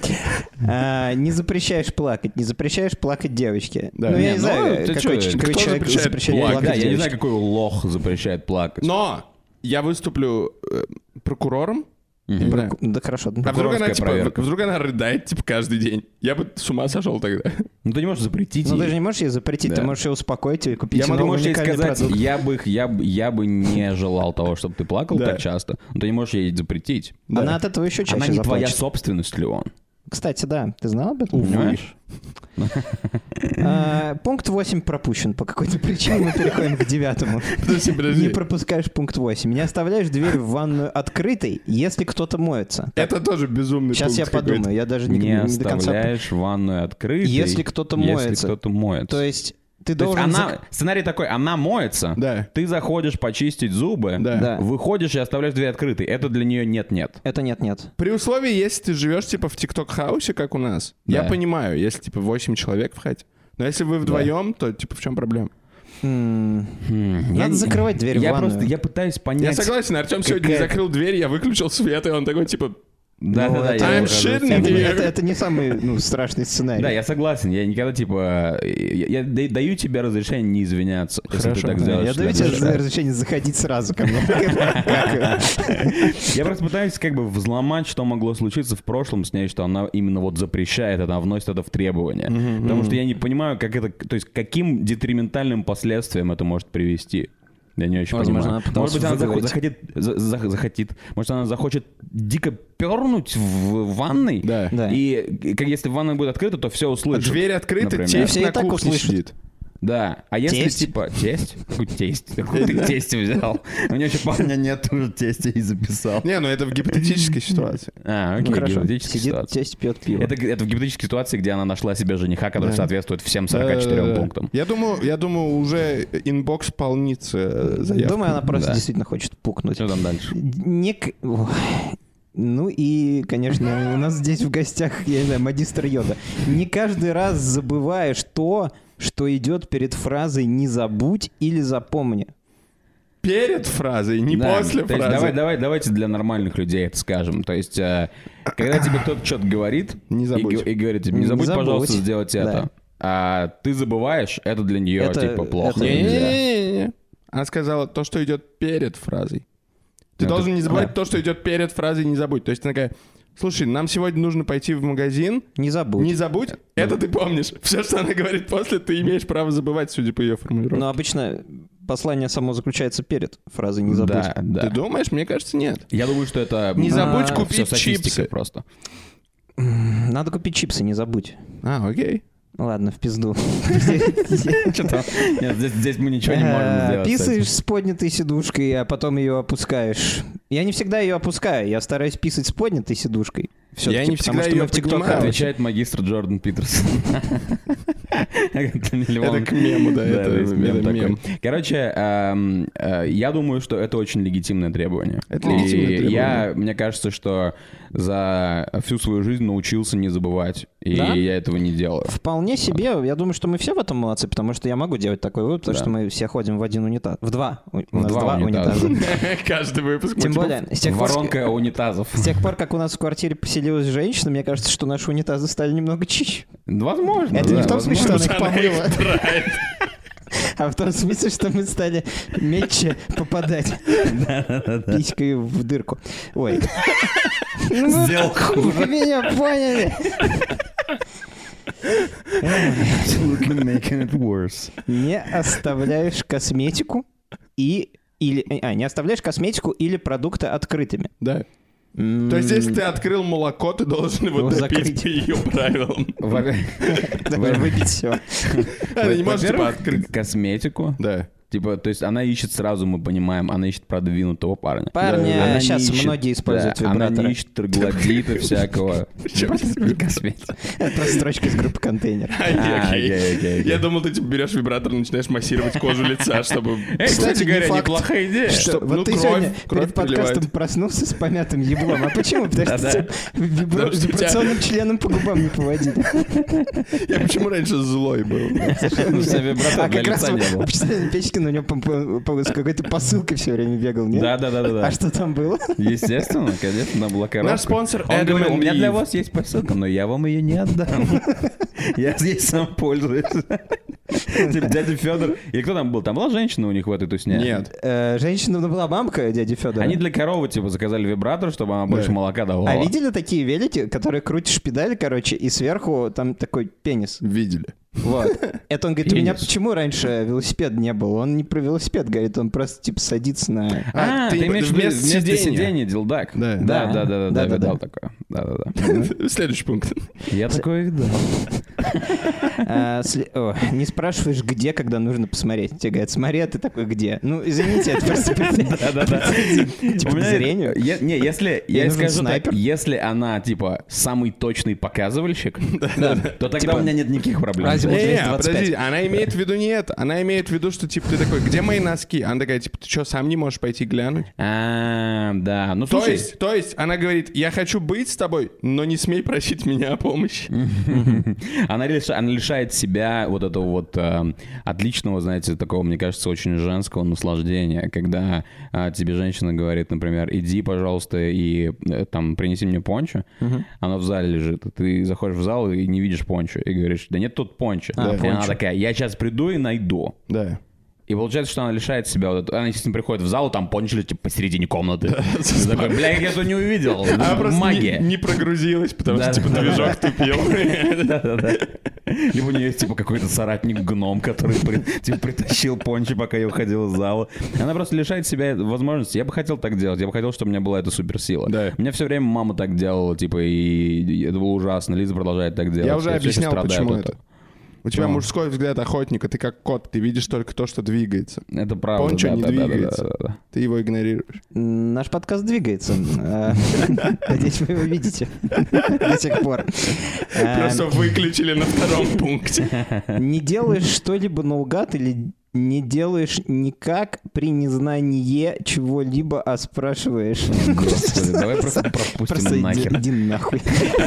Speaker 1: А, Не запрещаешь плакать, не запрещаешь плакать девочке.
Speaker 3: Да.
Speaker 1: Ну,
Speaker 3: Не,
Speaker 1: я не
Speaker 2: ну,
Speaker 1: знаю,
Speaker 2: ты
Speaker 1: какой
Speaker 2: чё,
Speaker 1: ч-
Speaker 3: кто
Speaker 1: какой человек
Speaker 3: запрещает
Speaker 1: запрещает
Speaker 2: Я,
Speaker 3: плакать
Speaker 2: да,
Speaker 1: плакать Ну,
Speaker 2: я не
Speaker 1: девочке.
Speaker 2: знаю, какой лох запрещает плакать.
Speaker 3: Но я выступлю э, прокурором.
Speaker 2: Мгм.
Speaker 3: Да.
Speaker 1: Да хорошо. ну,
Speaker 3: А вдруг она,
Speaker 2: Прокурорская
Speaker 3: типа,
Speaker 2: проверка.
Speaker 3: вдруг она рыдает, типа, каждый день. Я бы с ума сошел тогда.
Speaker 2: Ну ты не можешь запретить
Speaker 1: Ну,
Speaker 2: ей.
Speaker 1: ты же не можешь ее запретить,
Speaker 2: Да.
Speaker 1: ты можешь ее успокоить и
Speaker 2: Я
Speaker 1: купить
Speaker 2: ты
Speaker 1: новый
Speaker 2: можешь ей
Speaker 1: уникальный
Speaker 2: сказать,
Speaker 1: продукт.
Speaker 2: я бы, их- я, бы- я бы не желал того, чтобы ты плакал
Speaker 3: Да.
Speaker 2: так часто. Но ты не можешь ей запретить.
Speaker 1: Она от этого еще чаще
Speaker 2: Она не твоя
Speaker 1: заплачет.
Speaker 2: собственность, Леон.
Speaker 1: Кстати, да, ты знал об этом?
Speaker 2: Понимаешь?
Speaker 1: А, Пункт 8 пропущен. По какой-то причине мы переходим к девятому.
Speaker 3: Подожди,
Speaker 1: Не
Speaker 3: подожди.
Speaker 1: пропускаешь пункт 8. Не оставляешь дверь в ванную открытой, если кто-то моется.
Speaker 3: Это тоже безумный
Speaker 1: Сейчас я
Speaker 3: пункт какой-то.
Speaker 1: подумаю, я даже не,
Speaker 2: Не
Speaker 1: не до конца...
Speaker 2: оставляешь ванную открытой.
Speaker 1: Если кто-то
Speaker 2: Если
Speaker 1: моется.
Speaker 2: кто-то моется.
Speaker 1: То есть ты
Speaker 2: То есть
Speaker 1: должен...
Speaker 2: она,
Speaker 1: зак-
Speaker 2: сценарий такой, она моется,
Speaker 3: Да.
Speaker 2: ты заходишь почистить зубы,
Speaker 3: Да.
Speaker 1: Да.
Speaker 2: выходишь и оставляешь дверь открытой. Это для нее нет-нет.
Speaker 1: Это нет-нет.
Speaker 3: При условии, если ты живешь, типа, в ТикТок-хаусе, как у нас, я
Speaker 2: Да.
Speaker 3: понимаю, если, типа, 8 человек в хате. Но если вы вдвоем, то, типа, в чем проблема?
Speaker 1: М, Надо
Speaker 2: не-
Speaker 1: закрывать дверь в
Speaker 2: Я
Speaker 1: ванную.
Speaker 2: просто, я пытаюсь
Speaker 3: Я
Speaker 2: понять.
Speaker 3: согласен, Артем сегодня не
Speaker 2: Какая-
Speaker 3: закрыл дверь, я выключил свет, и он такой, типа,
Speaker 2: Да, да, да,
Speaker 1: Ну,
Speaker 2: я
Speaker 3: I'm
Speaker 2: ухожу.
Speaker 3: shitting
Speaker 1: Это,
Speaker 3: you.
Speaker 1: это- это не самый ну, страшный сценарий.
Speaker 2: Да, я согласен. Я никогда, типа, я, я да- даю тебе разрешение не извиняться, если ты
Speaker 3: Хорошо.
Speaker 2: так
Speaker 1: Да,
Speaker 2: сделаешь.
Speaker 1: я
Speaker 2: что
Speaker 1: даю тебе
Speaker 2: обижаешь.
Speaker 1: разрешение заходить сразу ко мне. Как-
Speaker 2: Я просто пытаюсь как бы взломать, что могло случиться в прошлом с ней, что она именно вот запрещает это, она вносит это в требования. Потому что я не понимаю, как это, то есть каким детриментальным последствиям это может привести. Я не очень
Speaker 1: Возможно,
Speaker 2: понимаю.
Speaker 1: она пыталась
Speaker 2: Может быть, она захо-
Speaker 1: выговорить.
Speaker 2: захотит, за- за- захотит. Может, она захочет дико пернуть в ванной.
Speaker 3: Да.
Speaker 1: Да.
Speaker 2: И, и как если ванная будет открыта, то все услышат.
Speaker 3: Дверь открыта,
Speaker 2: Например.
Speaker 3: тесть
Speaker 1: Все и
Speaker 3: на
Speaker 1: так
Speaker 3: кухне
Speaker 1: услышат.
Speaker 3: сидит.
Speaker 2: Да. А если
Speaker 1: Тесть?
Speaker 2: типа тесть? Какой Тесть. Какой ты тесть взял? У меня еще парня нет, уже тестя и записал.
Speaker 3: Не, ну это в гипотетической ситуации.
Speaker 2: А,
Speaker 1: Ну,
Speaker 2: окей,
Speaker 1: хорошо.
Speaker 2: гипотетическая
Speaker 1: Сидит,
Speaker 2: ситуация.
Speaker 1: тесть пьет пиво.
Speaker 2: Это, это в гипотетической ситуации, где она нашла себе жениха, который
Speaker 3: Да.
Speaker 2: соответствует всем
Speaker 3: Да, да,
Speaker 2: 44
Speaker 3: да.
Speaker 2: пунктам.
Speaker 3: Э, Я думаю, я думаю, уже инбокс полнится э, заявками.
Speaker 1: Думаю, она просто
Speaker 2: Да.
Speaker 1: действительно хочет пукнуть.
Speaker 2: Что там дальше?
Speaker 1: Нек... Ой. Ну и, конечно, у нас здесь в гостях, я не знаю, магистр Йода. Не каждый раз забываешь то, что идет перед фразой «не забудь» или «запомни».
Speaker 3: перед фразой, не
Speaker 2: Да,
Speaker 3: после
Speaker 2: то есть
Speaker 3: фразы.
Speaker 2: Давай, давай, давайте для нормальных людей это скажем. То есть, э, когда тебе кто-то что-то говорит
Speaker 3: Не
Speaker 2: и
Speaker 3: забудь.
Speaker 2: г- И, говорит тебе, не
Speaker 1: Не
Speaker 2: забудь,
Speaker 1: забудь.
Speaker 2: пожалуйста, сделать
Speaker 1: Да.
Speaker 2: это. А ты забываешь, это для нее
Speaker 1: Это-
Speaker 2: типа плохо.
Speaker 1: это-
Speaker 2: нельзя.
Speaker 3: Не-не-не-не. Она сказала то, что идет перед фразой. Ты
Speaker 2: Ну,
Speaker 3: должен
Speaker 2: это-
Speaker 3: не забывать то, что идет перед фразой, не забудь. То есть ты такая, слушай, нам сегодня нужно пойти в магазин,
Speaker 1: Не забудь.
Speaker 3: не забудь, это ты помнишь. Все, что она говорит после, ты имеешь право забывать, судя по ее
Speaker 1: Но
Speaker 3: формулировке.
Speaker 1: обычно послание само заключается перед фразой «не забудь».
Speaker 2: Да, да.
Speaker 3: Ты думаешь? Мне кажется, нет.
Speaker 2: Я думаю, что это...
Speaker 3: Не
Speaker 2: а,
Speaker 3: забудь
Speaker 2: всё
Speaker 3: купить
Speaker 2: софистика
Speaker 3: чипсы.
Speaker 2: просто.
Speaker 1: Надо купить чипсы, не забудь.
Speaker 3: А, окей.
Speaker 1: Ладно, в пизду.
Speaker 2: Чё-то- Нет, здесь, здесь мы ничего не можем
Speaker 1: Э,
Speaker 2: сделать. с этим.
Speaker 1: Писаешь с поднятой сидушкой, а потом ее опускаешь. Я не всегда ее опускаю, я стараюсь писать с поднятой сидушкой. Всё-таки,
Speaker 3: Я не
Speaker 1: потому
Speaker 3: всегда
Speaker 1: что мы
Speaker 3: её
Speaker 1: в ТикТоках.
Speaker 3: поднимаю.
Speaker 2: Отвечает магистр Джордан Питерс. Это не Леон.
Speaker 3: Это к мему, да, это-
Speaker 2: есть мем
Speaker 3: это
Speaker 2: такой.
Speaker 3: мем.
Speaker 2: Короче, эм, э, я думаю, что это очень легитимное требование.
Speaker 3: Это легитимное
Speaker 2: И
Speaker 3: требование.
Speaker 2: я, мне кажется, что за всю свою жизнь научился не забывать. И
Speaker 1: Да?
Speaker 2: я этого не делаю.
Speaker 1: Вполне себе. Я думаю, что мы все в этом молодцы, потому что я могу делать такой вывод, потому
Speaker 2: Да.
Speaker 1: что мы все ходим в один унитаз. В два. У, у нас
Speaker 2: два
Speaker 1: два,
Speaker 2: унитаза.
Speaker 1: унитаза.
Speaker 3: Каждый выпуск. мы
Speaker 1: Тем
Speaker 3: типа-
Speaker 1: более, с тех, пор,
Speaker 2: Воронка унитазов.
Speaker 1: с тех пор, как у нас в квартире поселилась женщина, мне кажется, что наши унитазы стали немного чище.
Speaker 2: Возможно.
Speaker 1: Это
Speaker 2: да,
Speaker 1: не в том смысле, что
Speaker 2: возможно.
Speaker 1: она их помыла, а в том смысле, что мы стали мягче попадать писькой в дырку. Ой. Ну,
Speaker 2: Сделал хуже.
Speaker 1: Вы меня поняли.
Speaker 2: Absolutely making it worse.
Speaker 1: Не оставляешь косметику и или а, не оставляешь косметику или продукты открытыми.
Speaker 3: Да. То есть, если ты открыл молоко, ты должен его
Speaker 1: Его
Speaker 3: допить
Speaker 1: Ну, закрыть.
Speaker 3: по ее правилам.
Speaker 1: Даже выпить все.
Speaker 3: Она не может типа,
Speaker 2: Во-первых,
Speaker 3: открыть.
Speaker 2: косметику.
Speaker 3: Да.
Speaker 2: Типа, то есть она ищет сразу, мы понимаем, она ищет продвинутого парня.
Speaker 1: Парни,
Speaker 2: Она не
Speaker 1: сейчас
Speaker 2: ищет-
Speaker 1: многие используют
Speaker 2: да, Она не
Speaker 1: вибраторы.
Speaker 2: ищет троглодита всякого. Косметика.
Speaker 1: Это просто строчка из группы контейнер.
Speaker 2: А,
Speaker 3: Окей,
Speaker 2: окей, окей,
Speaker 3: окей.
Speaker 2: окей.
Speaker 3: Я думал, ты типа берешь вибратор и начинаешь массировать кожу лица, чтобы...
Speaker 2: Эй, кстати
Speaker 1: Кстати, не
Speaker 2: говоря,
Speaker 1: факт.
Speaker 2: неплохая идея.
Speaker 1: Что,
Speaker 3: ну,
Speaker 1: вот ты
Speaker 3: кровь-
Speaker 1: сегодня
Speaker 3: кровь
Speaker 1: перед подкастом
Speaker 3: приливает.
Speaker 1: проснулся с помятым еблом. А почему? Потому что
Speaker 2: Да-да.
Speaker 1: тебя вибра-
Speaker 3: Потому что у тебя-
Speaker 1: вибрационным членом по губам не поводили.
Speaker 3: Я почему раньше злой был?
Speaker 2: Потому что вибратор
Speaker 1: А
Speaker 2: Ну, для
Speaker 1: как раз
Speaker 2: лица
Speaker 1: у
Speaker 2: не было.
Speaker 1: Печкина Печкин у него по- по- по- с какой-то посылкой все время бегал, нет?
Speaker 2: Да-да-да-да.
Speaker 1: А что там было?
Speaker 2: Естественно, конечно, там была коробка.
Speaker 3: Наш спонсор
Speaker 2: Он
Speaker 3: Adam
Speaker 2: говорил,
Speaker 3: and
Speaker 2: у меня для
Speaker 3: Eve».
Speaker 2: вас есть посылка, но я вам ее не отдам. Я здесь сам пользуюсь. Типа дядя Федор. И кто там был? Там была женщина у них в этой тусне?
Speaker 3: Нет.
Speaker 1: Э, Женщина ну, была мамка дяди Федора.
Speaker 2: Они для коровы, типа, заказали вибратор, чтобы она больше
Speaker 3: Да.
Speaker 2: молока давала.
Speaker 1: А видели такие велики, которые крутишь педаль, короче, и сверху там такой пенис?
Speaker 3: Видели.
Speaker 1: Вот. Это он говорит, у меня
Speaker 2: Пенис.
Speaker 1: почему раньше велосипед не был? Он не про велосипед говорит, он просто типа садится на...
Speaker 2: А,
Speaker 3: А,
Speaker 2: ты
Speaker 3: ты
Speaker 2: имеешь в виду
Speaker 3: вместо
Speaker 2: вместо
Speaker 3: сиденья.
Speaker 2: сиденья дилдак?
Speaker 3: Да.
Speaker 2: Да,
Speaker 1: Да.
Speaker 2: да, да, да, да,
Speaker 1: Да-да-да. Типа
Speaker 2: видал такое. Да, да, да.
Speaker 3: Следующий пункт.
Speaker 2: Я такое видал.
Speaker 1: А, сли- о, не спрашиваешь, где, когда нужно посмотреть. Тебе говорят, смотри, а ты такой, где? Ну, извините, это просто...
Speaker 2: Да, да, да.
Speaker 1: Типа, к зрению.
Speaker 2: Не, если,
Speaker 1: Ей
Speaker 2: я
Speaker 1: нужен
Speaker 2: скажу так,
Speaker 1: снайпер.
Speaker 2: если она, типа, самый точный показывальщик, то тогда
Speaker 1: Типа,
Speaker 2: у меня нет никаких проблем. Э,
Speaker 1: разве
Speaker 2: Да.
Speaker 1: можно-
Speaker 3: Не,
Speaker 1: 225.
Speaker 3: Э, подожди, она имеет в виду нет. Она имеет в виду, что типа ты такой, где мои носки? Она такая, типа, ты что, сам не можешь пойти глянуть?
Speaker 2: А, да. Ну,
Speaker 3: То
Speaker 2: слушай,
Speaker 3: есть, то есть, она говорит, я хочу быть с тобой, но не смей просить меня о помощи.
Speaker 2: она, лиш- она лишает себя вот этого вот э, отличного, знаете, такого, мне кажется, очень женского наслаждения, когда э, тебе женщина говорит, например, иди, пожалуйста, и э, там принеси мне пончо, она в зале лежит, и ты заходишь в зал и не видишь пончо, и говоришь, да нет тут пончо.
Speaker 1: А,
Speaker 2: и она
Speaker 1: пончо.
Speaker 2: такая, я сейчас приду и найду.
Speaker 3: Да.
Speaker 2: И получается, что она лишает себя вот это- Она, естественно, приходит в зал, там пончили, типа, посередине комнаты. Ты такой, бля, как я этого не увидел.
Speaker 3: Она А просто не-
Speaker 2: Магия.
Speaker 3: Не, прогрузилась, потому
Speaker 2: Да,
Speaker 3: что типа
Speaker 2: да,
Speaker 3: движок тупил.
Speaker 2: Да-да-да. Либо у нее есть, типа, какой-то соратник-гном, который, при- типа, притащил пончи, пока я уходил из зала. Она просто лишает себя возможности. Я бы хотел так делать. Я бы хотел, чтобы у меня была эта суперсила.
Speaker 3: Да.
Speaker 2: У меня все время мама так делала, типа, и это было ужасно. Лиза продолжает так делать.
Speaker 3: Я уже
Speaker 2: всё ещё
Speaker 3: объяснял,
Speaker 2: страдаю
Speaker 3: почему
Speaker 2: от
Speaker 3: это.
Speaker 2: этого.
Speaker 3: У тебя мужской взгляд охотника, ты как кот, ты видишь только то, что двигается.
Speaker 2: Это правда.
Speaker 3: Пончо не
Speaker 2: да-да-да-да-да-да.
Speaker 3: двигается. Ты его игнорируешь.
Speaker 1: М, Наш подкаст двигается. Э, Надеюсь, вы его видите до сих пор. Э,
Speaker 2: Эм.
Speaker 3: выключили на втором пункте.
Speaker 1: Не делаешь что-либо наугад или не делаешь никак при незнании чего-либо, а спрашиваешь.
Speaker 2: Господи, давай просто пропустим
Speaker 1: Просто иди,
Speaker 2: нахер.
Speaker 1: иди нахуй.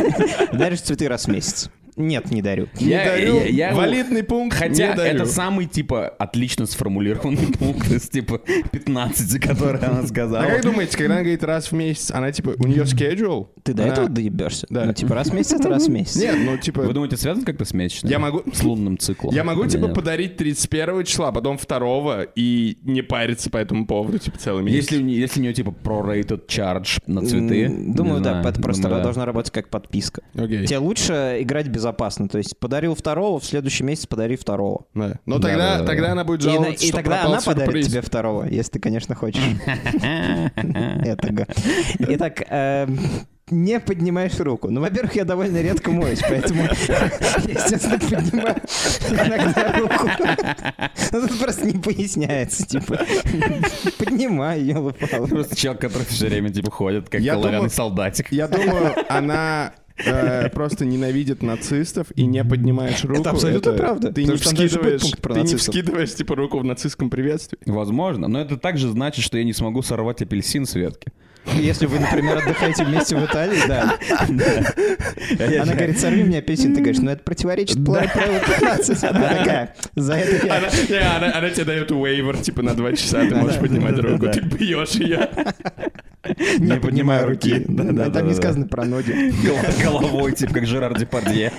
Speaker 1: Даришь цветы раз в месяц. Нет, не дарю.
Speaker 3: Не
Speaker 2: Я- я- я-
Speaker 3: дарю. Валидный пункт.
Speaker 2: Хотя
Speaker 3: не дарю.
Speaker 2: это самый, типа, отлично сформулированный пункт из, типа, 15, который она сказала.
Speaker 3: А как думаете, когда она говорит раз в месяц, она типа, у нее schedule?
Speaker 1: Ты до
Speaker 3: Она-
Speaker 1: этого доебешься?
Speaker 3: Да.
Speaker 1: Ну, типа, раз в месяц, это раз в месяц.
Speaker 3: Нет, ну
Speaker 2: Вы
Speaker 3: типа,
Speaker 2: думаете, связано как-то с месячным?
Speaker 3: Я могу-
Speaker 2: С лунным циклом.
Speaker 3: я могу
Speaker 2: Или
Speaker 3: типа
Speaker 2: нет?
Speaker 3: подарить 31 числа, а потом 2 и не париться по этому поводу, типа целый месяц.
Speaker 2: Если, у не- если у нее, типа, prorated charge на
Speaker 1: М,
Speaker 2: цветы.
Speaker 1: Думаю,
Speaker 2: не
Speaker 1: да,
Speaker 2: знаю,
Speaker 1: под- просто
Speaker 2: думаю, да.
Speaker 1: должна работать как подписка.
Speaker 3: Окей.
Speaker 1: Тебе лучше играть безопасно. То есть подарил второго, в следующий месяц подари второго.
Speaker 3: Да. Но
Speaker 2: Да,
Speaker 3: тогда,
Speaker 2: да, да,
Speaker 3: тогда
Speaker 2: да.
Speaker 3: она будет
Speaker 1: И, на-
Speaker 3: жаловаться,
Speaker 1: и
Speaker 3: что
Speaker 1: тогда
Speaker 3: пропал
Speaker 1: она подарит
Speaker 3: сюрприз.
Speaker 1: тебе второго, если ты, конечно, хочешь. Этого. Итак, эм, не поднимаешь руку. Ну, во-первых, я довольно редко моюсь, поэтому, естественно, поднимаю иногда руку. Ну, тут просто не поясняется, типа. Поднимаю, елы-палы.
Speaker 2: Просто человек, который все время, типа, ходит, как
Speaker 3: Я
Speaker 2: оловянный
Speaker 3: думаю-
Speaker 2: солдатик.
Speaker 3: Я думаю, она э, просто ненавидит нацистов и не поднимаешь руку.
Speaker 1: абсолютно правда,
Speaker 3: Ты не,
Speaker 1: потому что там даже будет
Speaker 3: вскидываешь,
Speaker 1: пункт про
Speaker 3: ты не
Speaker 1: нацистов.
Speaker 3: вскидываешь типа руку в нацистском приветствии.
Speaker 2: Возможно, но это также значит, что я не смогу сорвать апельсин с ветки.
Speaker 1: Если вы, например, отдыхаете вместе в Италии, да. Она говорит, сорви мне апельсин. Ты говоришь, ну это противоречит плану правила 15. Она такая, за это я...
Speaker 3: Она, не, она- она тебе дает вейвер, типа на два часа ты можешь поднимать руку, ты бьешь ее.
Speaker 1: Не,
Speaker 2: Не поднимаю руки.
Speaker 1: Да,
Speaker 2: Да, да,
Speaker 1: там
Speaker 2: да,
Speaker 1: не
Speaker 2: да.
Speaker 1: сказано про ноги.
Speaker 2: Гол- Головой, типа, как Жерар Депардье.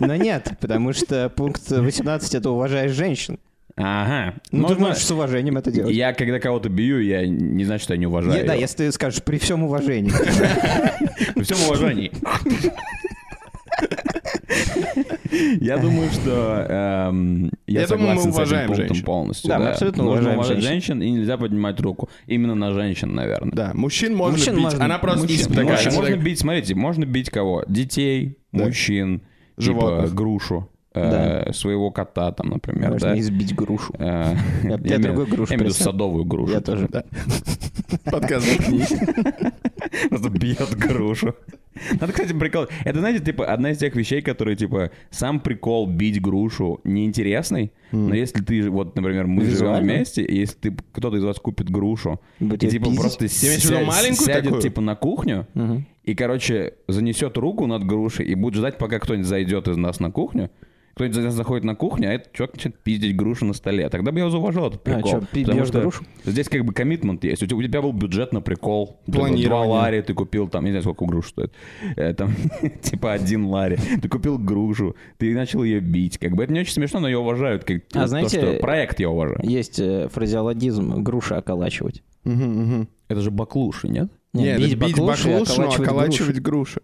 Speaker 1: Но нет, потому что пункт 18 — это уважаешь женщин.
Speaker 2: Ага.
Speaker 1: Ну, ты
Speaker 2: Можно-
Speaker 1: можешь с уважением это делать.
Speaker 2: Я, когда кого-то бью, я не значит, что я не уважаю.
Speaker 1: Я- да,
Speaker 2: его.
Speaker 1: если ты скажешь при всем уважении.
Speaker 2: При всем уважении. Я думаю, что эм, я,
Speaker 3: Я думаю,
Speaker 2: согласен
Speaker 3: мы
Speaker 2: с этим
Speaker 3: уважаем
Speaker 2: пунктом
Speaker 3: женщин.
Speaker 2: полностью.
Speaker 1: Да, мы абсолютно
Speaker 2: Нужно
Speaker 1: уважаем
Speaker 2: уважать
Speaker 1: женщин.
Speaker 2: женщин. и нельзя поднимать руку. Именно на женщин, наверное.
Speaker 3: Да, мужчин можно
Speaker 1: Мужчин
Speaker 3: бить.
Speaker 1: можно-
Speaker 3: Она просто
Speaker 1: мужчин
Speaker 3: типа, такая,
Speaker 2: Мужчин
Speaker 3: типа,
Speaker 2: можно бить, смотрите, можно бить кого? Детей, мужчин,
Speaker 3: Животных.
Speaker 2: типа, грушу, э, своего кота, там, например.
Speaker 1: Можно
Speaker 2: да.
Speaker 1: избить грушу.
Speaker 2: Э,
Speaker 1: Я- я
Speaker 2: имею-
Speaker 1: другую грушу
Speaker 2: Я имею в виду
Speaker 1: представил.
Speaker 2: садовую грушу.
Speaker 1: Я тоже.
Speaker 3: подкаст заткнись.
Speaker 2: Просто бьет грушу. Надо, кстати, прикол. Это, знаете, типа одна из тех вещей, которые, типа, сам прикол бить грушу неинтересный. Но если ты, вот, например, мы живем
Speaker 1: Хм. Визуально.
Speaker 2: вместе, и если ты, кто-то из вас купит грушу,
Speaker 1: Будете
Speaker 2: и, типа,
Speaker 1: пиздить?
Speaker 2: просто
Speaker 3: Я имею в виду
Speaker 2: ся-
Speaker 3: маленькую
Speaker 2: сядет,
Speaker 3: такую?
Speaker 2: типа, на кухню, и, короче, занесет руку над грушей и будет ждать, пока кто-нибудь зайдет из нас на кухню, кто-нибудь из нас заходит на кухню, а этот чувак начинает пиздить грушу на столе. Тогда бы я зауважал этот
Speaker 1: А,
Speaker 2: прикол.
Speaker 1: чё, пи-
Speaker 2: потому
Speaker 1: бьёшь
Speaker 2: что
Speaker 1: грушу?
Speaker 2: здесь как бы коммитмент есть. У тебя, у тебя был бюджет на прикол. Типа,
Speaker 3: Планирование.
Speaker 2: Два лари ты купил, там, не знаю, сколько груш стоит. Э, Там, типа, один лари. Ты купил грушу, ты начал ее бить. Как бы это не очень смешно, но ее уважают. Как,
Speaker 1: А,
Speaker 2: то,
Speaker 1: знаете,
Speaker 2: что проект я уважаю.
Speaker 1: Есть э, фразеологизм груша околачивать.
Speaker 3: Мгм, мгм.
Speaker 2: Это же баклуши, нет?
Speaker 1: Не,
Speaker 3: Нет, это бить
Speaker 1: баклуши и
Speaker 3: баклушу, но
Speaker 1: околачивать
Speaker 3: околачивать груши.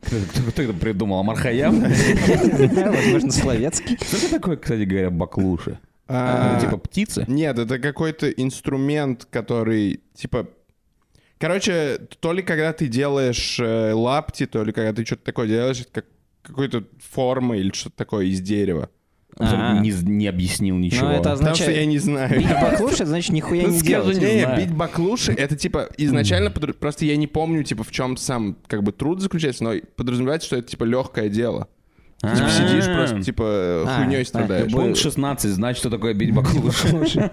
Speaker 2: Кто, кто- кто это придумал? Амархаям?
Speaker 1: груши. Да, Возможно, словецкий.
Speaker 2: Что это такое, кстати говоря, баклуши?
Speaker 3: А,
Speaker 2: Ну, Типа птицы?
Speaker 3: Нет, это какой-то инструмент, который, типа... Короче, то ли когда ты делаешь э, лапти, то ли когда ты что-то такое делаешь, это как какой-то формы или что-то такое из дерева.
Speaker 2: Абсолютно
Speaker 1: А.
Speaker 2: не, не объяснил ничего.
Speaker 1: Ну, это
Speaker 3: Потому что я
Speaker 1: означает...
Speaker 3: не знаю.
Speaker 1: Бить баклуши, значит, нихуя
Speaker 2: Ну,
Speaker 1: не
Speaker 2: скажи,
Speaker 1: делать.
Speaker 2: не
Speaker 3: Не,
Speaker 2: знаю.
Speaker 3: бить баклуши, это типа изначально, подр- просто я не помню, типа в чем сам как бы труд заключается, но подразумевается, что это типа легкое дело. Ты типа,
Speaker 2: А.
Speaker 3: сидишь просто типа
Speaker 1: А, а,
Speaker 3: хуйней страдаешь.
Speaker 1: любой-
Speaker 2: Пункт 16, значит, что такое бить баклуши.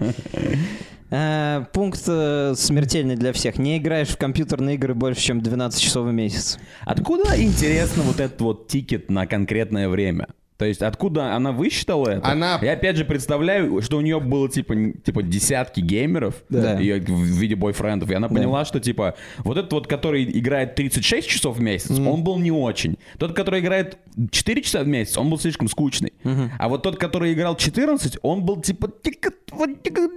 Speaker 1: Э, Пункт э, смертельный для всех. Не играешь в компьютерные игры больше, чем 12 часов в месяц.
Speaker 2: Откуда, интересно, вот этот вот тикет на конкретное время? То есть откуда она высчитала это?
Speaker 3: Она-
Speaker 2: Я опять же представляю, что у нее было типа, н- типа десятки геймеров
Speaker 1: Да.
Speaker 2: её в виде бойфрендов. И она поняла, что типа вот этот вот, который играет 36 часов в месяц, он был не очень. Тот, который играет 4 часа в месяц, он был слишком скучный. А вот тот, который играл 14, он был типа тика- вот тика-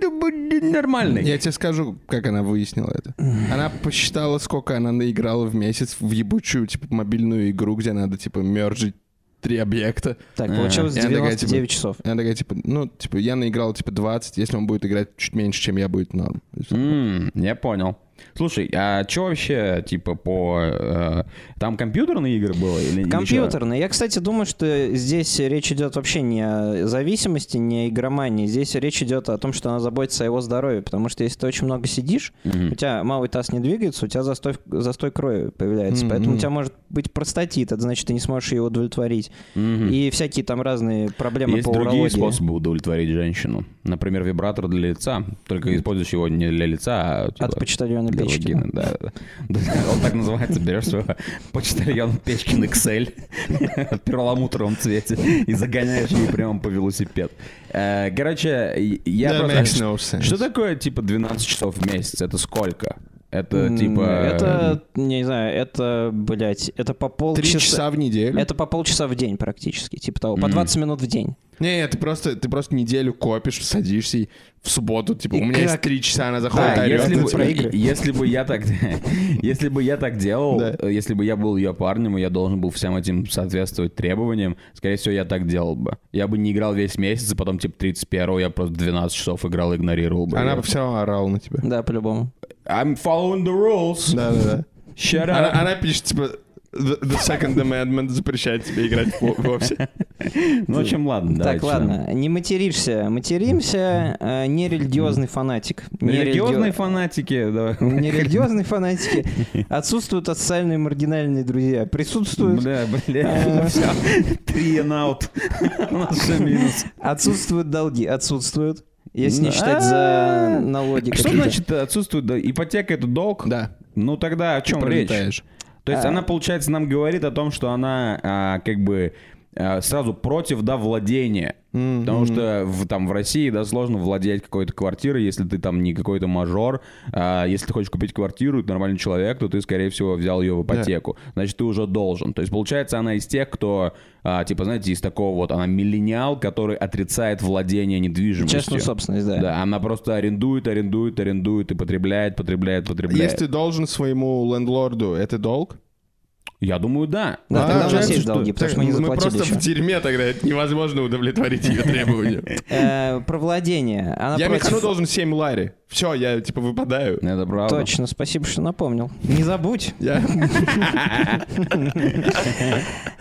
Speaker 2: нормальный.
Speaker 3: Я тебе скажу, как она выяснила это. Она посчитала, сколько она наиграла в месяц в ебучую, типа, мобильную игру, где надо, типа, мержить три объекта.
Speaker 1: Так, получилось
Speaker 3: Э, Я такая,
Speaker 1: 99
Speaker 3: типа,
Speaker 1: часов.
Speaker 3: Она такая, типа, ну, типа, я наиграл, типа, 20, если он будет играть чуть меньше, чем я, будет норм.
Speaker 2: М, я понял. Слушай, а что вообще, типа, по... э, там компьютерные игры было или или чё?
Speaker 1: Компьютерный. Я, кстати, думаю, что здесь речь идет вообще не о зависимости, не о игромании. Здесь речь идет о том, что она заботится о его здоровье. Потому что если ты очень много сидишь, у тебя малый таз не двигается, у тебя застой, застой крови появляется. Поэтому у тебя может быть простатит, это значит, ты не сможешь ее удовлетворить. И всякие там разные проблемы
Speaker 2: Есть
Speaker 1: по
Speaker 2: другие
Speaker 1: урологии.
Speaker 2: способы удовлетворить женщину. Например, вибратор для лица. Только используешь его не для лица, а типа,
Speaker 1: От почтальона
Speaker 2: для
Speaker 1: печки.
Speaker 2: вагины, да. Да, Он так называется. Берешь своего почтальона Печкин Excel в перламутровом цвете и загоняешь ее прямо по велосипед. Э, Короче, я
Speaker 3: That
Speaker 2: просто...
Speaker 3: makes no sense.
Speaker 2: Что такое, типа, 12 часов в месяц? Это сколько? Это,
Speaker 1: М,
Speaker 2: типа...
Speaker 1: Это, не знаю, это, блядь, это по
Speaker 3: Три
Speaker 1: полчаса.
Speaker 3: часа в неделю.
Speaker 1: Это по полчаса в день практически, типа того. По
Speaker 2: Мгм.
Speaker 1: 20 минут в день.
Speaker 3: Не, ты просто, ты просто неделю копишь, садишься и в субботу, типа,
Speaker 1: И
Speaker 3: у меня есть
Speaker 1: как-
Speaker 3: три часа, она заходит,
Speaker 2: Да,
Speaker 3: орёт,
Speaker 2: если
Speaker 3: и
Speaker 2: бы,
Speaker 3: типа,
Speaker 1: про игры.
Speaker 2: если бы я так, если бы я так делал,
Speaker 3: Да.
Speaker 2: э, если бы я был ее парнем и я должен был всем этим соответствовать требованиям, скорее всего я так делал бы. Я бы не играл весь месяц, и потом типа 31 я просто 12 часов играл, и игнорировал бы.
Speaker 3: Она
Speaker 2: её.
Speaker 3: бы все равно орала на тебя.
Speaker 1: Да, по-любому.
Speaker 2: I'm following the rules.
Speaker 3: Да-да-да.
Speaker 2: Shut up.
Speaker 3: Она, она пишет, типа, the, the second amendment запрещает тебе играть в- вовсе.
Speaker 2: Ну, в общем, ладно.
Speaker 1: так,
Speaker 2: давайте.
Speaker 1: ладно, не материшься. Материмся, э, нерелигиозный фанатик.
Speaker 2: Религиозные
Speaker 1: Нерелигио-
Speaker 2: фанатики, давай.
Speaker 1: Нерелигиозные фанатики. Отсутствуют социальные маргинальные друзья. Присутствуют.
Speaker 2: Бля, бля, все. Три and out. У нас всё минус.
Speaker 1: Отсутствуют долги. Отсутствуют. Если не
Speaker 2: Да.
Speaker 1: считать за налоги.
Speaker 2: Что
Speaker 1: какие-то.
Speaker 2: значит э, отсутствует да, ипотека это долг?
Speaker 3: Да.
Speaker 2: Ну тогда о чем речь?
Speaker 3: Пролетаешь.
Speaker 2: То есть
Speaker 1: А.
Speaker 2: она, получается, нам говорит о том, что она а, как бы а, сразу против, да, владения. Потому что в, там в России, да, сложно владеть какой-то квартирой, если ты там не какой-то мажор. А, если ты хочешь купить квартиру, ты нормальный человек, то ты, скорее всего, взял ее в ипотеку. Значит, ты уже должен. То есть, получается, она из тех, кто, а, типа, знаете, из такого вот, она миллениал, который отрицает владение недвижимостью.
Speaker 1: Частную собственность, да.
Speaker 2: Да, она просто арендует, арендует, арендует и потребляет, потребляет, потребляет.
Speaker 3: Если ты должен своему лендлорду, это долг?
Speaker 2: Я думаю, да.
Speaker 1: Да,
Speaker 3: А,
Speaker 1: тогда у нас
Speaker 3: получается,
Speaker 1: есть
Speaker 2: что-
Speaker 1: долги, потому
Speaker 3: Так,
Speaker 1: ну, что мы не
Speaker 3: мы
Speaker 1: заплатили
Speaker 3: просто
Speaker 1: еще.
Speaker 3: в дерьме тогда, это невозможно удовлетворить ее требования.
Speaker 1: Э, Про владение. Она
Speaker 3: Я
Speaker 1: против-
Speaker 3: механу должен 7 лари. Все, я типа выпадаю.
Speaker 2: Это правда.
Speaker 1: Точно, спасибо, что напомнил. Не забудь.
Speaker 3: Я-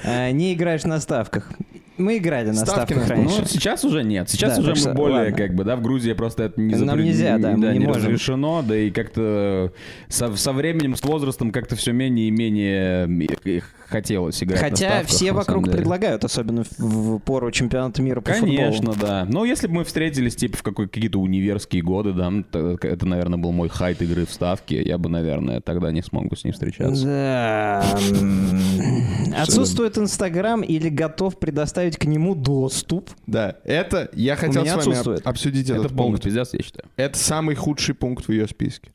Speaker 1: Э, Не играешь на ставках. Мы играли на
Speaker 3: Ставки
Speaker 1: ставках
Speaker 3: на-
Speaker 2: Ну,
Speaker 1: раньше.
Speaker 2: сейчас уже нет. Сейчас
Speaker 1: Да,
Speaker 2: уже
Speaker 1: так
Speaker 2: мы
Speaker 1: что
Speaker 2: более,
Speaker 1: ладно.
Speaker 2: как бы, да, в Грузии просто это не
Speaker 1: Нам
Speaker 2: запре-
Speaker 1: нельзя, да, мы не
Speaker 2: не
Speaker 1: можем.
Speaker 2: разрешено, да и как-то со, со временем, с возрастом как-то все менее и менее э, хотелось играть на
Speaker 1: Хотя
Speaker 2: ставках,
Speaker 1: все
Speaker 2: на
Speaker 1: вокруг
Speaker 2: самом деле.
Speaker 1: предлагают, особенно в- в пору чемпионата мира по футболу.
Speaker 2: Конечно, да. Но если бы мы встретились, типа, в какой- какие-то универские годы, да, ну, т- это, наверное, был мой хайт игры в ставке, я бы, наверное, тогда не смог бы с ней встречаться.
Speaker 1: Да. Отсутствует Инстаграм или готов предоставить к нему доступ.
Speaker 3: Да, это я хотел
Speaker 1: меня
Speaker 3: с вами
Speaker 1: отсутствует.
Speaker 3: об- обсудить
Speaker 2: Это
Speaker 3: этот
Speaker 2: полный
Speaker 3: пункт.
Speaker 2: пиздец, я считаю.
Speaker 3: Это самый худший пункт в ее списке.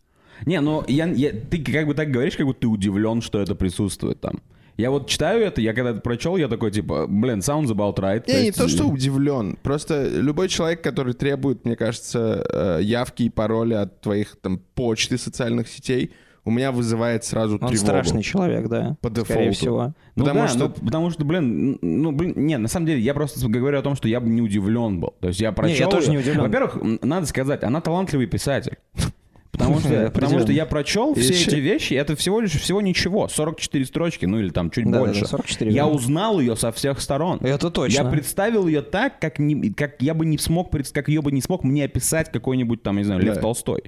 Speaker 2: Не, ну я, я- ты как бы так говоришь, как будто ты удивлен, что это присутствует там. Я вот читаю это, я когда это прочел, я такой типа, блин, sounds about right.
Speaker 3: Я не
Speaker 2: есть-
Speaker 3: то, что удивлен. Просто любой человек, который требует, мне кажется, э, явки и пароли от твоих там почт и социальных сетей, у меня вызывает сразу
Speaker 1: Ну, Он
Speaker 3: тревогу.
Speaker 1: страшный человек, да.
Speaker 3: По
Speaker 1: Скорее
Speaker 3: дефолту.
Speaker 1: всего.
Speaker 2: Ну
Speaker 3: Потому
Speaker 2: да,
Speaker 3: что-
Speaker 2: ну, потому что, блин, н- ну, блин, не, на самом деле, я просто говорю о том, что я бы не удивлен был. То есть я прочел...
Speaker 1: тоже не удивлен.
Speaker 2: Во-первых, м, надо сказать, она талантливый писатель. Потому что, потому что я прочел все
Speaker 3: Еще-
Speaker 2: эти вещи, это всего лишь всего ничего, 44 строчки, ну или там чуть
Speaker 1: Да-да-да,
Speaker 2: больше.
Speaker 1: 44,
Speaker 2: я
Speaker 1: да.
Speaker 2: узнал ее со всех сторон.
Speaker 1: Это точно.
Speaker 2: Я представил ее так, как, не, как я бы не смог, пред- как ее бы не смог мне описать какой-нибудь там, не знаю, Лев
Speaker 3: Да.
Speaker 2: Толстой.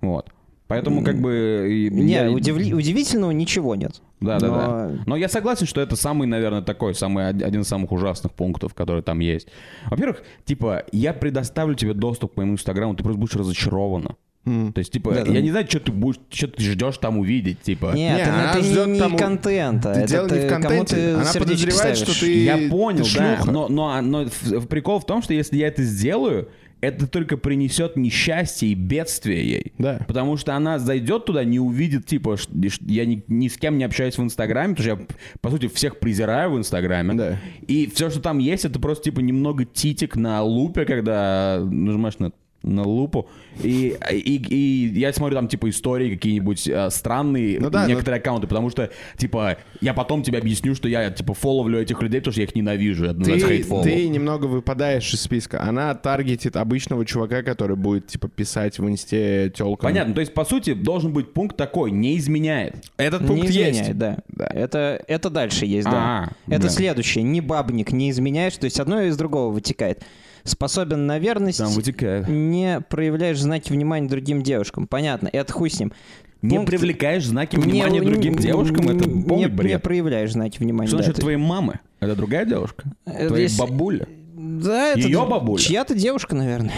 Speaker 2: Вот. Поэтому как бы... и-
Speaker 1: Не,
Speaker 2: я-
Speaker 1: удивли- удивительного ничего нет.
Speaker 2: Да, да,
Speaker 1: Но-
Speaker 2: да. Но я согласен, что это самый, наверное, такой, самый од- один из самых ужасных пунктов, который там есть. Во-первых, типа, я предоставлю тебе доступ к моему инстаграму, ты просто будешь разочарована. То есть, типа,
Speaker 1: Да, да.
Speaker 2: я не знаю, что ты будешь, что ты ждешь там увидеть, типа.
Speaker 1: Нет,
Speaker 3: Не,
Speaker 1: это-
Speaker 3: она
Speaker 1: это
Speaker 3: ждёт
Speaker 1: не, не
Speaker 3: тому-
Speaker 1: контента.
Speaker 3: Ты
Speaker 1: это
Speaker 3: дело не
Speaker 1: ты-
Speaker 3: в
Speaker 1: кому
Speaker 3: контенте.
Speaker 1: ты
Speaker 3: Она
Speaker 1: сердечки
Speaker 3: подозревает,
Speaker 1: ставишь.
Speaker 3: что ты
Speaker 2: Я понял,
Speaker 3: ты
Speaker 2: да.
Speaker 3: шлюха.
Speaker 2: Но, но, но в- в- прикол в том, что если я это сделаю, это только принесет несчастье и бедствие ей.
Speaker 3: Да.
Speaker 2: Потому что она зайдет туда, не увидит, типа, ш- ш- я ни, ни с кем не общаюсь в Инстаграме, потому что я, по сути, всех презираю в Инстаграме.
Speaker 3: Да.
Speaker 2: И все, что там есть, это просто, типа, немного титик на лупе, когда нажимаешь на на лупу. И, и, и я смотрю там, типа, истории какие-нибудь э, странные,
Speaker 3: Ну да, ну-
Speaker 2: некоторые аккаунты, потому что, типа, я потом тебе объясню, что я, типа, фоловлю этих людей, потому что я их ненавижу. Это называется
Speaker 3: ты,
Speaker 2: хейтфоллоу.
Speaker 3: ты немного выпадаешь из списка. Она таргетит обычного чувака, который будет, типа, писать в инсте телкам.
Speaker 2: Понятно, то есть, по сути, должен быть пункт такой, не изменяет.
Speaker 3: Этот
Speaker 1: Не
Speaker 3: пункт
Speaker 1: изменяет,
Speaker 3: есть.
Speaker 1: да. Это, это дальше есть, да.
Speaker 2: А,
Speaker 1: это
Speaker 2: да.
Speaker 1: следующее. Не бабник, не изменяешь. То есть одно из другого вытекает. Способен на верность,
Speaker 2: Там вытекает.
Speaker 1: не проявляешь знаки внимания другим девушкам. Понятно, это хуй с ним.
Speaker 2: Не
Speaker 1: Пункт-
Speaker 2: привлекаешь знаки
Speaker 1: не-
Speaker 2: внимания
Speaker 1: не-
Speaker 2: другим
Speaker 1: не-
Speaker 2: девушкам, это
Speaker 1: не- не,
Speaker 2: полный бред.
Speaker 1: проявляешь знаки внимания.
Speaker 2: Что
Speaker 1: да,
Speaker 2: насчет
Speaker 1: ты-
Speaker 2: твоей мамы? Это другая девушка?
Speaker 1: Э,
Speaker 2: Твоей
Speaker 1: если-
Speaker 2: бабуля?
Speaker 1: Да, это
Speaker 2: Её бабуля?
Speaker 1: Чья-то девушка, наверное.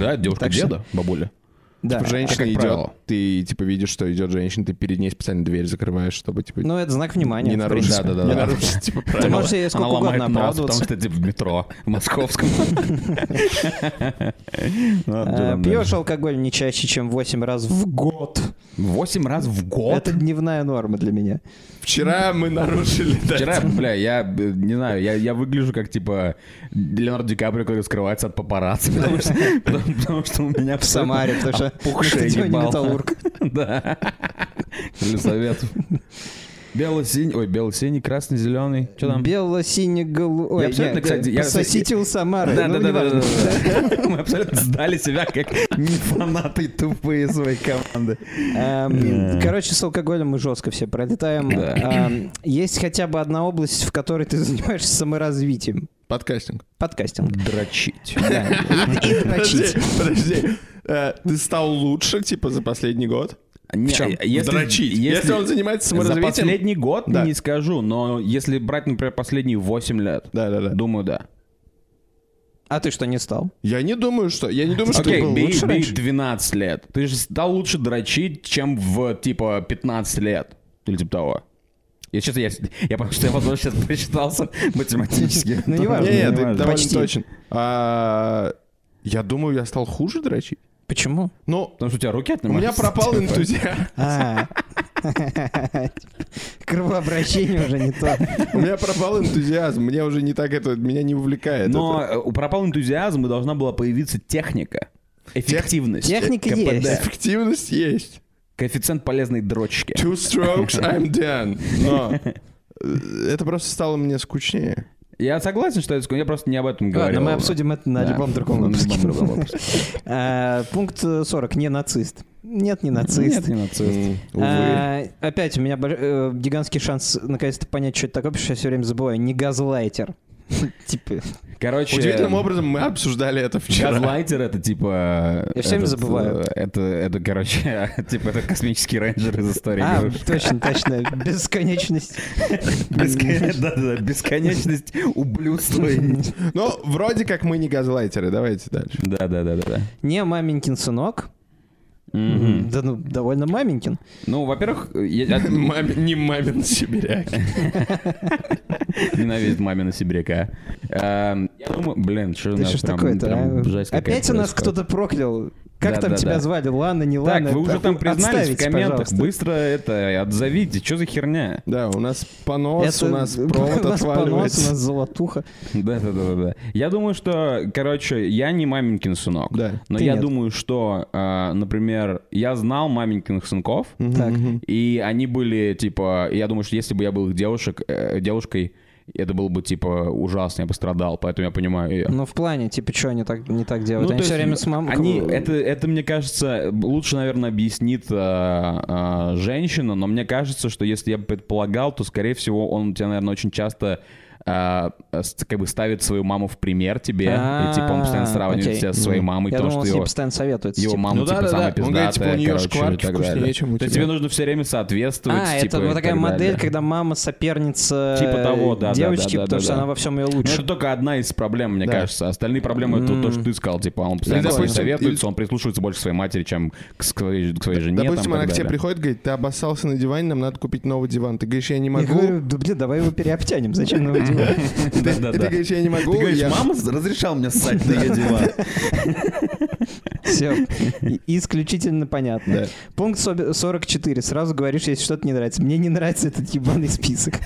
Speaker 2: Да, девушка
Speaker 1: Так что-
Speaker 2: деда, бабуля.
Speaker 1: Да.
Speaker 3: Типа, женщина
Speaker 2: как
Speaker 3: идет,
Speaker 2: правило?
Speaker 3: ты, типа, видишь, что идет женщина, ты перед ней специально дверь закрываешь, чтобы, типа,
Speaker 1: Ну, это знак внимания.
Speaker 3: не
Speaker 1: в
Speaker 3: нарушить.
Speaker 1: принципе.
Speaker 2: Да-да-да.
Speaker 3: Не нарушить, типа,
Speaker 1: Ты
Speaker 3: правила.
Speaker 1: можешь ей сколько
Speaker 2: Она ломает
Speaker 1: угодно
Speaker 2: нос, потому
Speaker 1: оправдываться.
Speaker 2: что это в метро в московском. Ну,
Speaker 1: Э, Пьешь алкоголь не чаще, чем 8 раз в год.
Speaker 2: Восемь раз в год?
Speaker 1: Это дневная норма для меня.
Speaker 3: Вчера мы нарушили, да.
Speaker 2: Вчера, бля, я э, не знаю, я, я выгляжу как типа Леонардо Ди Каприо, который скрывается от папарацци, потому что, потому- потому что у меня
Speaker 1: В Самаре, потому что
Speaker 2: опухшее
Speaker 1: никто тебя не
Speaker 2: ебало.
Speaker 1: металлург.
Speaker 2: Да. Елизавет. Бело-синий, ой, бело-синий, красный, зеленый. Что там?
Speaker 1: Бело-синий голубой. Ой,
Speaker 2: Я абсолютно,
Speaker 1: нет,
Speaker 2: кстати, я-
Speaker 1: пососите у Самары.
Speaker 2: Да,
Speaker 1: Ну,
Speaker 2: да, да, да,
Speaker 1: неважно.
Speaker 2: да, да. Мы абсолютно сдали себя как не фанаты тупые своей команды.
Speaker 1: Эм, Короче, с алкоголем мы жестко все пролетаем.
Speaker 2: Э. Да.
Speaker 1: Эм, Есть хотя бы одна область, в которой ты занимаешься саморазвитием.
Speaker 3: Подкастинг.
Speaker 1: Подкастинг. И
Speaker 2: Дрочить.
Speaker 3: Подожди,
Speaker 1: дрочить.
Speaker 3: подожди. Э, Ты стал лучше, типа, за последний год?
Speaker 2: Не, а
Speaker 3: чем?
Speaker 2: если-
Speaker 3: Дрочить. Если он занимается
Speaker 2: За
Speaker 3: саморазвитием-
Speaker 2: последний год
Speaker 3: Да.
Speaker 2: не скажу, но если брать, например, последние 8 лет,
Speaker 3: Да-да-да.
Speaker 2: думаю, да.
Speaker 1: А ты что, не стал?
Speaker 3: Я не думаю, что... Я не
Speaker 1: Ну,
Speaker 3: думаю, что
Speaker 2: Окей,
Speaker 3: ты был
Speaker 2: бей,
Speaker 3: лучше
Speaker 2: бей
Speaker 3: раньше.
Speaker 2: 12 лет. Ты же стал лучше дрочить, чем в, типа, 15 лет. Или типа того. Я честно, я, я потому что я потом сейчас прочитался математически.
Speaker 1: Ну, не важно.
Speaker 3: Не,
Speaker 1: не
Speaker 3: ты
Speaker 1: важно.
Speaker 3: довольно
Speaker 1: Почти.
Speaker 3: точен. А, Я думаю, я стал хуже дрочить.
Speaker 1: Почему?
Speaker 3: Ну,
Speaker 2: Потому что у тебя руки
Speaker 3: у меня
Speaker 2: отнимаются.
Speaker 3: пропал энтузиазм.
Speaker 1: А. Кровообращение уже не то.
Speaker 3: У меня пропал энтузиазм. Мне уже не так это... Меня не увлекает
Speaker 2: Но
Speaker 3: это.
Speaker 2: э, у- пропал энтузиазм, и должна была появиться техника. Эффективность.
Speaker 1: Техника
Speaker 2: КПД.
Speaker 1: есть.
Speaker 3: Эффективность есть.
Speaker 2: Коэффициент полезной дрочки.
Speaker 3: Two strokes, I'm done. Но э, это просто стало мне скучнее.
Speaker 2: Я согласен, что это скучно, я просто не об этом говорил.
Speaker 1: Ладно, мы обсудим это на
Speaker 2: Да.
Speaker 1: любом другом
Speaker 2: На любом
Speaker 1: выпуске.
Speaker 2: другом выпуске.
Speaker 1: А, Пункт э, 40. Не нацист. Нет, не нацист.
Speaker 2: Нет, не нацист.
Speaker 3: М, Увы.
Speaker 1: А, Опять у меня бо- э, гигантский шанс наконец-то понять, что это такое, потому что я все время забываю. Не газлайтер. Типа,
Speaker 2: Короче,
Speaker 3: Удивительным образом мы обсуждали это вчера.
Speaker 2: газлайтер это типа...
Speaker 1: Я всё время
Speaker 2: этот,
Speaker 1: забываю.
Speaker 2: э, Это, это, короче, типа это космический рейнджер из истории
Speaker 1: а,
Speaker 2: игрушек.
Speaker 1: точно, точно, бесконечность.
Speaker 2: Бескон- Да-да-да, Бесконечность ублюдства. и-
Speaker 3: Но вроде как мы не газлайтеры. Давайте дальше.
Speaker 2: Да-да-да-да.
Speaker 1: Не маменькин сынок.
Speaker 2: Мгм.
Speaker 1: Да ну, довольно маменькин.
Speaker 2: Ну, во-первых, я я-
Speaker 3: Мамин- Не мамин сибиряк.
Speaker 2: ненавидит мамина сибиряка. Эм, Я думаю, блин, что у
Speaker 1: Ты
Speaker 2: нас
Speaker 1: что ж
Speaker 2: прям-
Speaker 1: такое-то,
Speaker 2: прям
Speaker 1: а?
Speaker 2: жесть какая-то
Speaker 1: Опять у нас
Speaker 2: происходит.
Speaker 1: кто-то проклял. Как
Speaker 2: Да,
Speaker 1: там
Speaker 2: да,
Speaker 1: тебя
Speaker 2: да.
Speaker 1: звали? Лана, не
Speaker 2: Так,
Speaker 1: Лана?
Speaker 2: вы уже там признались в
Speaker 1: Отставите,
Speaker 2: комментах.
Speaker 1: пожалуйста.
Speaker 2: Быстро это отзовите. Что за херня?
Speaker 3: Да, у нас понос,
Speaker 1: Это-
Speaker 3: у нас
Speaker 1: у нас понос,
Speaker 3: провод
Speaker 1: у нас
Speaker 3: отваливается.
Speaker 1: золотуха.
Speaker 2: Да, да, да, да, да. Я думаю, что, короче, я не маменькин сынок.
Speaker 3: Да.
Speaker 2: Но
Speaker 1: Ты
Speaker 2: я
Speaker 1: нет.
Speaker 2: думаю, что, э, например, я знал маменькиных сынков,
Speaker 1: Так.
Speaker 2: и они были типа. Я думаю, что если бы я был их девушек, э, девушкой, это было бы типа ужасно, я бы страдал, поэтому я понимаю ее.
Speaker 1: Ну, в плане, типа, что они так не так делают? они
Speaker 2: Ну, то
Speaker 1: все
Speaker 2: есть
Speaker 1: время с мамой...
Speaker 2: Они, это, это, мне кажется, лучше, наверное, объяснит а, а, женщина, но мне кажется, что если я предполагал, то, скорее всего, он у тебя, наверное, очень часто а, с- как бы ставит свою маму в пример тебе,
Speaker 1: А,
Speaker 2: и типа он постоянно сравнивает
Speaker 1: окей.
Speaker 2: себя с своей мамой,
Speaker 1: Я
Speaker 2: то,
Speaker 1: думал,
Speaker 2: А что
Speaker 1: он с ней
Speaker 2: его,
Speaker 1: постоянно советуется.
Speaker 2: его
Speaker 1: типа.
Speaker 2: мама
Speaker 3: Ну да,
Speaker 2: типа
Speaker 3: да,
Speaker 2: самая
Speaker 3: да. Он говорит, типа, у
Speaker 2: пиздатая,
Speaker 3: неё
Speaker 2: короче,
Speaker 3: шкварки
Speaker 2: и так далее.
Speaker 3: вкуснее, чем у
Speaker 2: То есть
Speaker 3: тебя.
Speaker 2: тебе нужно все время соответствовать,
Speaker 1: А,
Speaker 2: типа,
Speaker 1: это
Speaker 2: и
Speaker 1: вот
Speaker 2: так
Speaker 1: такая модель,
Speaker 2: далее.
Speaker 1: когда мама соперница
Speaker 2: Типа того, да, да,
Speaker 1: девочки,
Speaker 2: да, да,
Speaker 1: потому
Speaker 2: да,
Speaker 1: что
Speaker 2: да.
Speaker 1: она во всем ее
Speaker 2: Ну,
Speaker 1: лучше.
Speaker 2: это только одна из проблем, мне
Speaker 3: Да.
Speaker 2: кажется. Остальные проблемы это то, что ты сказал. Типа, он постоянно
Speaker 3: Или,
Speaker 2: с ней
Speaker 3: допустим,
Speaker 2: советуется, он прислушивается больше к своей матери, чем к своей, к своей жене.
Speaker 3: Допустим,
Speaker 2: там, и
Speaker 3: она
Speaker 2: так
Speaker 3: к тебе
Speaker 2: далее.
Speaker 3: приходит, говорит, ты обоссался на диване, нам надо купить новый диван. Ты говоришь, я не
Speaker 1: Я
Speaker 2: ну,
Speaker 3: могу.
Speaker 1: говорю, да блин, давай его переобтянем, зачем нам его делать?
Speaker 3: Ты-
Speaker 2: Да-да-да.
Speaker 3: Ты говоришь, я не могу.
Speaker 2: Ты говоришь,
Speaker 3: я-
Speaker 2: мама разрешала мне ссать на ее диван.
Speaker 1: Все, исключительно понятно. Пункт соб- 44. Сразу говоришь, если что-то не нравится. Мне не нравится этот ебаный список.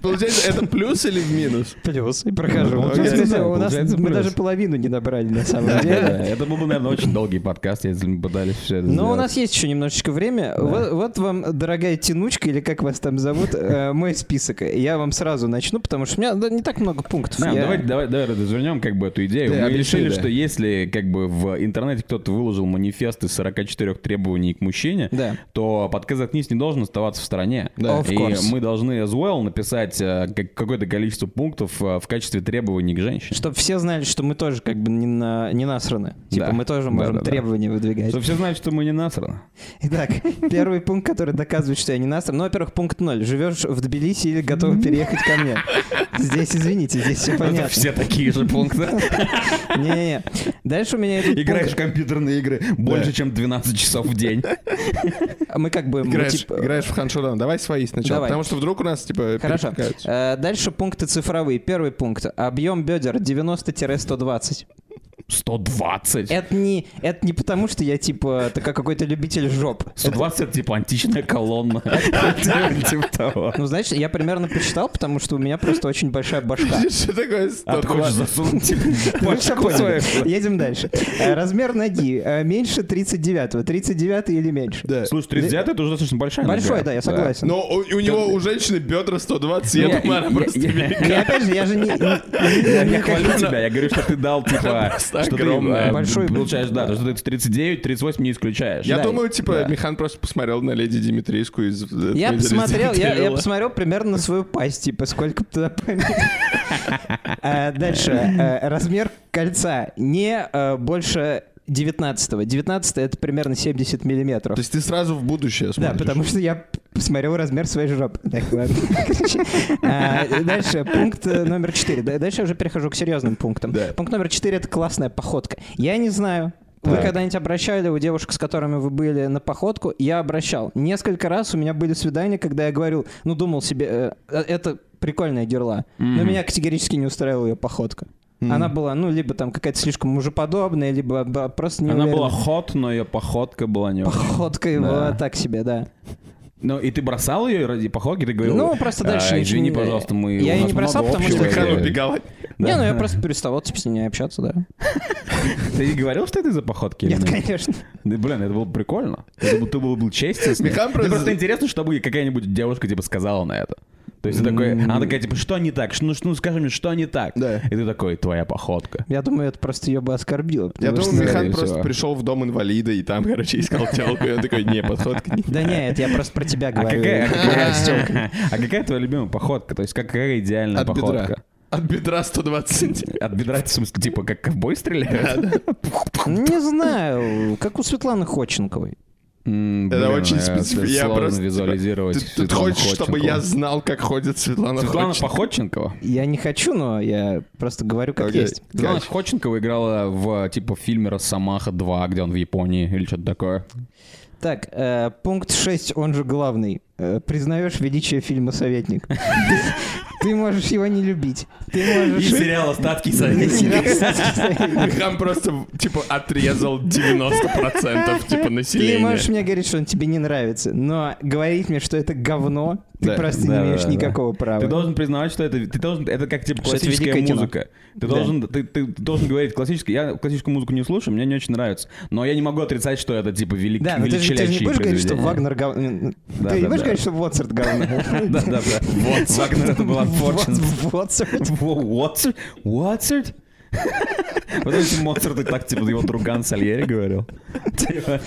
Speaker 3: Получается, это плюс или в минус?
Speaker 1: Плюс, и прохожу.
Speaker 3: Ну, получается,
Speaker 1: В смысле,
Speaker 2: да,
Speaker 1: у нас
Speaker 2: получается
Speaker 1: мы
Speaker 2: плюс.
Speaker 1: даже половину не набрали на самом
Speaker 2: Да,
Speaker 1: деле.
Speaker 2: да, Это был бы, наверное, очень долгий подкаст, если бы мы пытались все
Speaker 3: Ну,
Speaker 2: это
Speaker 1: Но Ну, у
Speaker 2: сделать.
Speaker 1: нас есть еще немножечко время. Вот, вот вам, дорогая тянучка, или как вас там зовут, э, мой список. Я вам сразу начну, потому что у меня да, не так много пунктов.
Speaker 2: Да,
Speaker 1: Я-
Speaker 2: давай, давай, давай развернем как бы эту идею.
Speaker 3: Да,
Speaker 2: Мы
Speaker 3: объясни,
Speaker 2: решили,
Speaker 3: да.
Speaker 2: что если как бы в интернете кто-то выложил манифест из 44 требований к мужчине,
Speaker 1: Да.
Speaker 2: то подкаст «Заткнись» не должен оставаться в стороне.
Speaker 1: Да. Of
Speaker 2: И
Speaker 1: course.
Speaker 2: мы должны as well написать э, как- какое-то количество пунктов э, в качестве требований к женщине.
Speaker 1: Чтобы все знали, что мы тоже как бы не, на, не насраны. Типа
Speaker 2: Да.
Speaker 1: мы тоже
Speaker 2: Да,
Speaker 1: можем
Speaker 2: да, да.
Speaker 1: требования выдвигать.
Speaker 2: Чтобы все знали, что мы не насраны.
Speaker 1: Итак, первый пункт, который доказывает, что я не насран. Ну, во-первых, пункт ноль. Живешь в Тбилиси или готов переехать ко мне? Здесь, извините, здесь все
Speaker 2: Ну, Это
Speaker 1: понятно.
Speaker 2: все такие же пункты.
Speaker 1: Не-не-не. Дальше у меня идут пункт-
Speaker 2: Играешь в компьютерные игры больше, чем 12 часов в день.
Speaker 1: Мы как бы... мы
Speaker 3: Играешь,
Speaker 1: типа-
Speaker 3: играешь в ханшодан. Давай свои сначала.
Speaker 1: Давай.
Speaker 3: Потому что вдруг у нас, типа,
Speaker 1: Хорошо.
Speaker 3: перекликаются.
Speaker 1: Э, Дальше пункты цифровые. Первый пункт. Объем бедер 90-120.
Speaker 2: 120.
Speaker 1: Это не, это не потому, что я типа такой какой-то любитель жоп.
Speaker 2: 120 это типа античная колонна. Типа того.
Speaker 1: Ну, значит, я примерно посчитал, потому что у меня просто очень большая башка.
Speaker 3: Что такое
Speaker 2: А ты хочешь
Speaker 3: 120?
Speaker 2: засунуть типа,
Speaker 1: Ну, всё
Speaker 2: башку
Speaker 1: поняли.
Speaker 2: свою?
Speaker 1: Едем дальше. Э, Размер ноги э, меньше 39-го. 39 или меньше.
Speaker 3: Да.
Speaker 2: Слушай, 39 это уже достаточно большая
Speaker 1: Большой,
Speaker 2: нога.
Speaker 1: да, я согласен.
Speaker 3: Но у, у него у женщины бедра 120, я
Speaker 2: Я-
Speaker 3: думаю, она
Speaker 2: я-
Speaker 3: просто...
Speaker 2: я-
Speaker 1: И опять же, я же не...
Speaker 2: Я,
Speaker 1: не- не-
Speaker 2: я хвалю
Speaker 1: никак-
Speaker 2: тебя, я говорю, что ты дал, типа, что ты
Speaker 3: огромная.
Speaker 2: э,
Speaker 1: Большой был.
Speaker 2: получаешь, да, что ты 39, 38 не исключаешь.
Speaker 3: Я
Speaker 1: Да,
Speaker 3: думаю, типа, Михан просто посмотрел на леди Димитрийскую из... э,
Speaker 1: Я
Speaker 3: из- из-
Speaker 1: посмотрел, я, я
Speaker 3: Девила.
Speaker 1: посмотрел примерно на свою пасть, типа, сколько туда помет. А, Дальше. э, Размер кольца не э, больше 19 19 это примерно 70 миллиметров.
Speaker 3: То есть ты сразу в будущее
Speaker 1: Да,
Speaker 3: смотришь.
Speaker 1: потому что я посмотрел размер своей жопы. Так, ладно. А, Дальше, пункт э, номер четыре. Да, Дальше я уже перехожу к серьезным пунктам.
Speaker 3: Да.
Speaker 1: Пункт номер четыре — это классная походка. Я не знаю, вы
Speaker 3: Так.
Speaker 1: когда-нибудь обращали у девушек, с которыми вы были на походку? Я обращал. Несколько раз у меня были свидания, когда я говорил, ну, думал себе, э, э, это прикольная герла. Но меня категорически не устраивала ее походка. Она была, ну, либо там какая-то слишком мужеподобная, либо б- просто не
Speaker 2: Она была
Speaker 1: уверена.
Speaker 2: хот, но ее походка была не очень.
Speaker 1: Походка была так себе, да.
Speaker 2: Ну, и ты бросал ее ради походки, ты говорил...
Speaker 1: Ну, просто дальше
Speaker 2: «А,
Speaker 1: ничего
Speaker 2: Извини,
Speaker 1: не-
Speaker 2: пожалуйста, мы...
Speaker 1: Я
Speaker 2: у
Speaker 1: её
Speaker 2: нас
Speaker 1: не бросал,
Speaker 2: много
Speaker 1: потому что
Speaker 2: общего,
Speaker 3: Михан
Speaker 2: я-
Speaker 3: убегал от-
Speaker 1: Не, ну я просто переставал типа, с ней общаться, да.
Speaker 2: Ты не говорил, что это за походки? или
Speaker 1: Нет, конечно.
Speaker 2: Да, блин, это было бы прикольно. Это был- Ты был, был честен. с ней.
Speaker 3: Михан
Speaker 2: Мне
Speaker 3: просто-
Speaker 2: просто... интересно, чтобы какая-нибудь девушка, типа, сказала на это. То есть ты такой, она такая, типа, что не так? Ш- Ну, ш- ну скажи мне, что не так?
Speaker 3: Да.
Speaker 2: И ты такой, твоя походка.
Speaker 1: Я думаю, это просто ее бы оскорбило.
Speaker 3: Я
Speaker 1: потому что-
Speaker 3: думал,
Speaker 2: Скорее
Speaker 3: Михан
Speaker 2: всего.
Speaker 3: просто пришел в дом инвалида и там, короче, искал телку. И он такой, не, подходка не
Speaker 1: Да не, это я просто про тебя
Speaker 2: А
Speaker 1: говорю.
Speaker 2: какая, а какая-
Speaker 1: Стёпка.
Speaker 2: а какая твоя любимая походка? То есть как- какая идеальная
Speaker 3: От
Speaker 2: походка?
Speaker 3: бедра. От бедра 120 сантиметров.
Speaker 2: От бедра, в смысле, типа, как ковбой стреляют?
Speaker 1: Не знаю, как у Светланы Ходченковой.
Speaker 2: М,
Speaker 3: Это
Speaker 2: блин,
Speaker 3: очень
Speaker 2: э,
Speaker 3: специфично. Я
Speaker 2: сложно
Speaker 3: просто, типа,
Speaker 2: визуализировать
Speaker 3: Ты ты
Speaker 2: Светлану
Speaker 3: хочешь, чтобы я
Speaker 2: Ходченкову.
Speaker 3: знал, как ходит Светлана
Speaker 2: Светлана
Speaker 3: Ходченкова?
Speaker 2: Походченкова?
Speaker 1: Я не хочу, но я просто говорю как
Speaker 3: Окей.
Speaker 1: есть.
Speaker 2: Светлана
Speaker 3: Короче.
Speaker 2: Ходченкова играла в, типа, фильме «Росомаха 2», где он в Японии или что-то такое.
Speaker 1: Так, э, пункт 6, он же главный. Э, признаешь величие фильма «Советник». Ты- Ты можешь его не любить. Ты можешь...
Speaker 2: «Остатки
Speaker 3: Михан просто, типа, отрезал 90% типа
Speaker 1: Ты
Speaker 3: населения.
Speaker 1: можешь мне говорить, что он тебе не нравится, но говорить мне, что это говно, ты
Speaker 2: Да,
Speaker 1: просто не
Speaker 2: да,
Speaker 1: имеешь
Speaker 2: да, да.
Speaker 1: никакого права.
Speaker 2: Ты должен признавать, что это, ты должен, это как типа
Speaker 1: А Что это
Speaker 2: классическая
Speaker 1: великое кино.
Speaker 2: музыка. Ты
Speaker 1: Да.
Speaker 2: должен, ты, ты должен говорить классическое. Я классическую музыку не слушаю, мне не очень нравится, но я не могу отрицать, что это типа велик,
Speaker 1: Да, но ты же, ты же не
Speaker 2: величайшие
Speaker 1: будешь говорить, что
Speaker 2: произведения.
Speaker 1: Вагнер говно.
Speaker 2: Да,
Speaker 1: ты не
Speaker 2: да,
Speaker 1: будешь
Speaker 2: да.
Speaker 1: говорить, что Моцарт говно.
Speaker 2: Да, да, да. Вот, Вагнер это была
Speaker 1: Вот
Speaker 2: Fortune.
Speaker 1: Моцарт.
Speaker 2: Во- Watson? Watson? Потому что Моцарт и так, типа, его друган Сальери говорил. Типа,